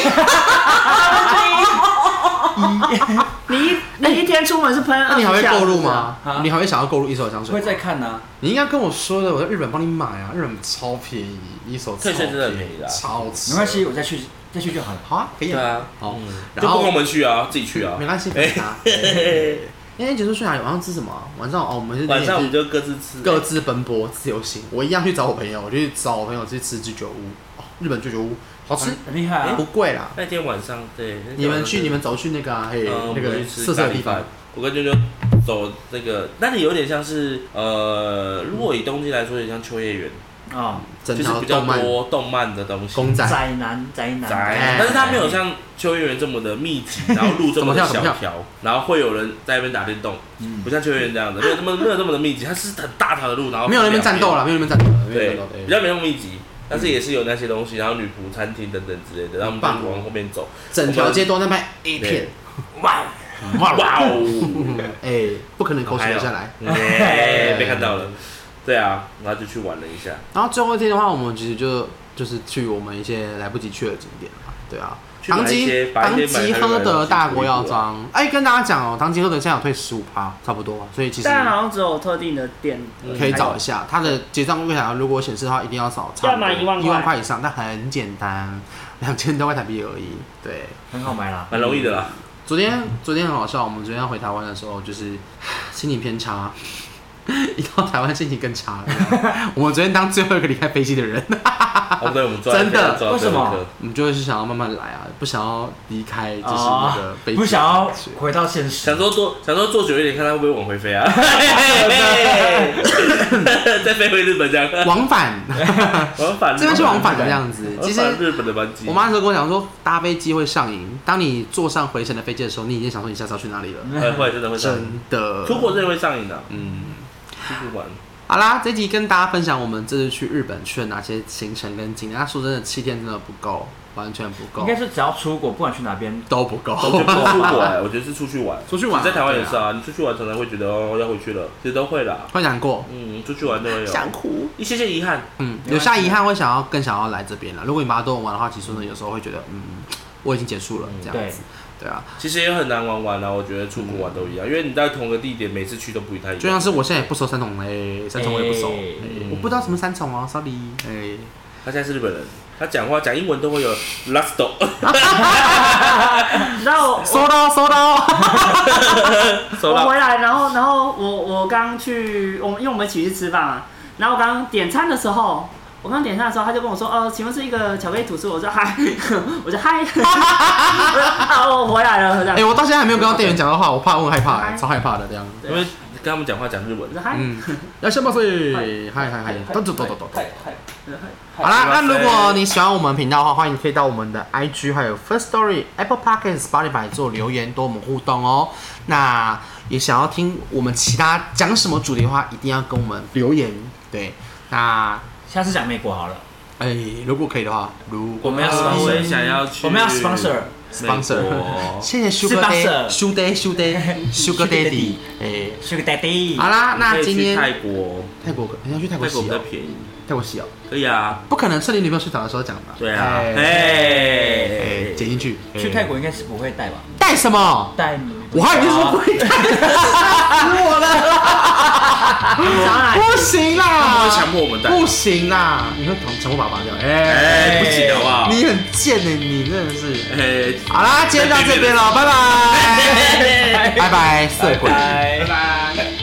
你一你一天出门是喷
那
二
啊你
十
还会
下
购入
是啊
吗
啊？
你还会想要购入一手香水
会
吗？
再看呐，
你应该跟我说的，我在日本帮你买啊，日本超便宜，一手超
退税真的很啊
便
便宜啦
超值。
没关系，，我再去再去就好了。
好啊，可以
对
啊，
啊，
好
嗯，
然
就不
后
跟我们去啊，自己去啊
没。 关系，可以啊。对那哎天结束睡哪里？晚上吃什么啊？晚上哦，我们是
晚上我们就各自吃，
各自奔波自由行。我一样去找我朋友，我就去找我朋友去吃居酒屋，哦，日本居酒屋好
嗯
吃，哎
很厉害啊
不！贵啦。
哎那天晚上对，那天晚上
你们去，你们走去那个啊，嘿，
嗯，
那
我
个
们去吃
色色的地
咖喱
方
饭，。我跟啾啾走那个，那里有点像是呃，如果以东京来说，有点像秋叶原，
啊，
整
就是
条
比较
嗯动漫
多动漫的东西。
公仔，
宅男宅男嗯
宅，但是它没有像秋叶原这么的密 集，然后路这么的
怎
小
么跳
条，然后会有人在那边打电动，
嗯
不像秋叶原这样的，没有这么没有这么的密集，它是很大条的路，然后
没有那边战斗啦，没有那边战斗啦，没有那
对
边战斗，对
比较没那么密集，但是也是有那些东西，然后女仆餐厅等等之类的，然后我们
棒
就往后面走，
整条街都在卖 A 片，哇哇，
哇哦，
哎，不可能口水流下来。
哎，被看到了，对啊，然后就去玩了一下，
然后最后一天的话，我们其实就就是去我们一些来不及去的景点嘛，对啊。
去
唐
买一些
吉
把
唐
一些买
吉
回来的
诃
东
德
西
大
补一
国药
补啊
妆，哎，跟大家讲哦，唐吉诃德现在有退十五趴，差不多吧，所以其实
啊
但好像只有特定的店
嗯
可以找一下，它的结账柜台如果显示的话，一定要扫差不多
要满一万块
一万块以上，那很简单， 两千多块台币而已。对，
很好买啦。
蛮容易的啦，
昨天昨天很好笑，我们昨天回台湾的时候，就是 心情偏差， 一到台湾心情更差了。我们昨天当最后一个离开飞机的人，
哦，对，我们抓
真的
抓
为什么
这个
我们就是想要慢慢来啊，不想要离开就是那个飞机的感觉、
哦啊不想要回到现实。
想说多想说坐久一点，看他会不会往回飞啊？ 再飞回日本这样，
往 返，
往返
这边是往返的这样子。
往
其实
返日本的班机，
我妈那时候跟我讲说，搭飞机会上瘾。当你坐上回程的飞机的时候，你已经想说你下次要去哪里了。
嗯
呃会真的会上瘾，
真的。
出国真的会上瘾的，
嗯，
出去玩。
好啦，这集跟大家分享我们这次去日本去了哪些行程跟景点。那说真的，七天真的不够，完全不够
应该，是只要出国，不管去哪边，
都不够。
我觉得出去玩，我觉得是出去玩，
出去玩
你在台湾也
对啊
是啊，你出去玩常常会觉得哦要回去了，其实都会啦。
会难过，
嗯，出去玩都会有
哭。
一些些遗憾，
嗯，
没关系
有下遗憾会想要更想要来这边了。如果你把它都玩的话，其实真的有时候会觉得，嗯，我已经结束了这样
嗯对
子。对啊，
其实也很难玩完啊。我觉得出国玩都一样，因为你在同个地点每次去都不太一
就像
样。
是我现在也不收三重嘞，三重我也不收，
哎
哎我不知道什么三重哦，sorry。哎，
他现在是日本人，他讲话讲英文都会有 last do
你知道我
收到收到。
收
我
到
回来，然后然后我我刚去，我们因为我们一起去吃饭嘛，然后我刚点餐的时候。我刚点餐的时候，他就跟我说：“哦，请问是一个巧克力吐司？”我说：“嗨， 我说嗨，我 说啊，我回来了。” 这
哎、
样，
我到现在还没有跟到店员讲到话，我怕我很害怕、哎超害怕的这样。
因为跟他们讲话讲日文
我。说嗨，
嗯，要先报税，嗨嗨嗨，走走走走走。好啦，那如果你喜欢我们频道的话，欢迎可以到我们的 IG 还有 First Story、Apple p o c k e t Spotify 做留言，多我们互动哦。那也想要听我们其他讲什么主题的话，一定要跟我们留言。对，那
下次讲美国好了，
哎、如果可以的话，如
我
果
们要
啊
sponsor，我也想要去，
我们要 sponsor，
sponsor
美国
谢谢 Sugar
Sponsor
Daddy，Sugar Daddy，Sugar Daddy，哎、
Sugar Daddy。
好啦，那
可以
今
去
天
泰国，
泰国可，你要去泰国
泰国
洗
比
哦、
较便宜，
泰国洗哦、
可以啊，
不可能趁你女朋友睡着的时候讲吧？
对啊，
哎、
哎，
剪进去，
去泰国应该是不会带吧？啊
带什么？
带你？
我还以为是说不会带， 吓死我了！不行
他们
啦，
会强迫我们带
不行啦，你会强强迫爸爸掉，哎、
哎，不行的话，
你很贱的、欸你真的是。
哎，
好啦，今天到这边了，拜拜，拜拜，色鬼。
拜。
拜。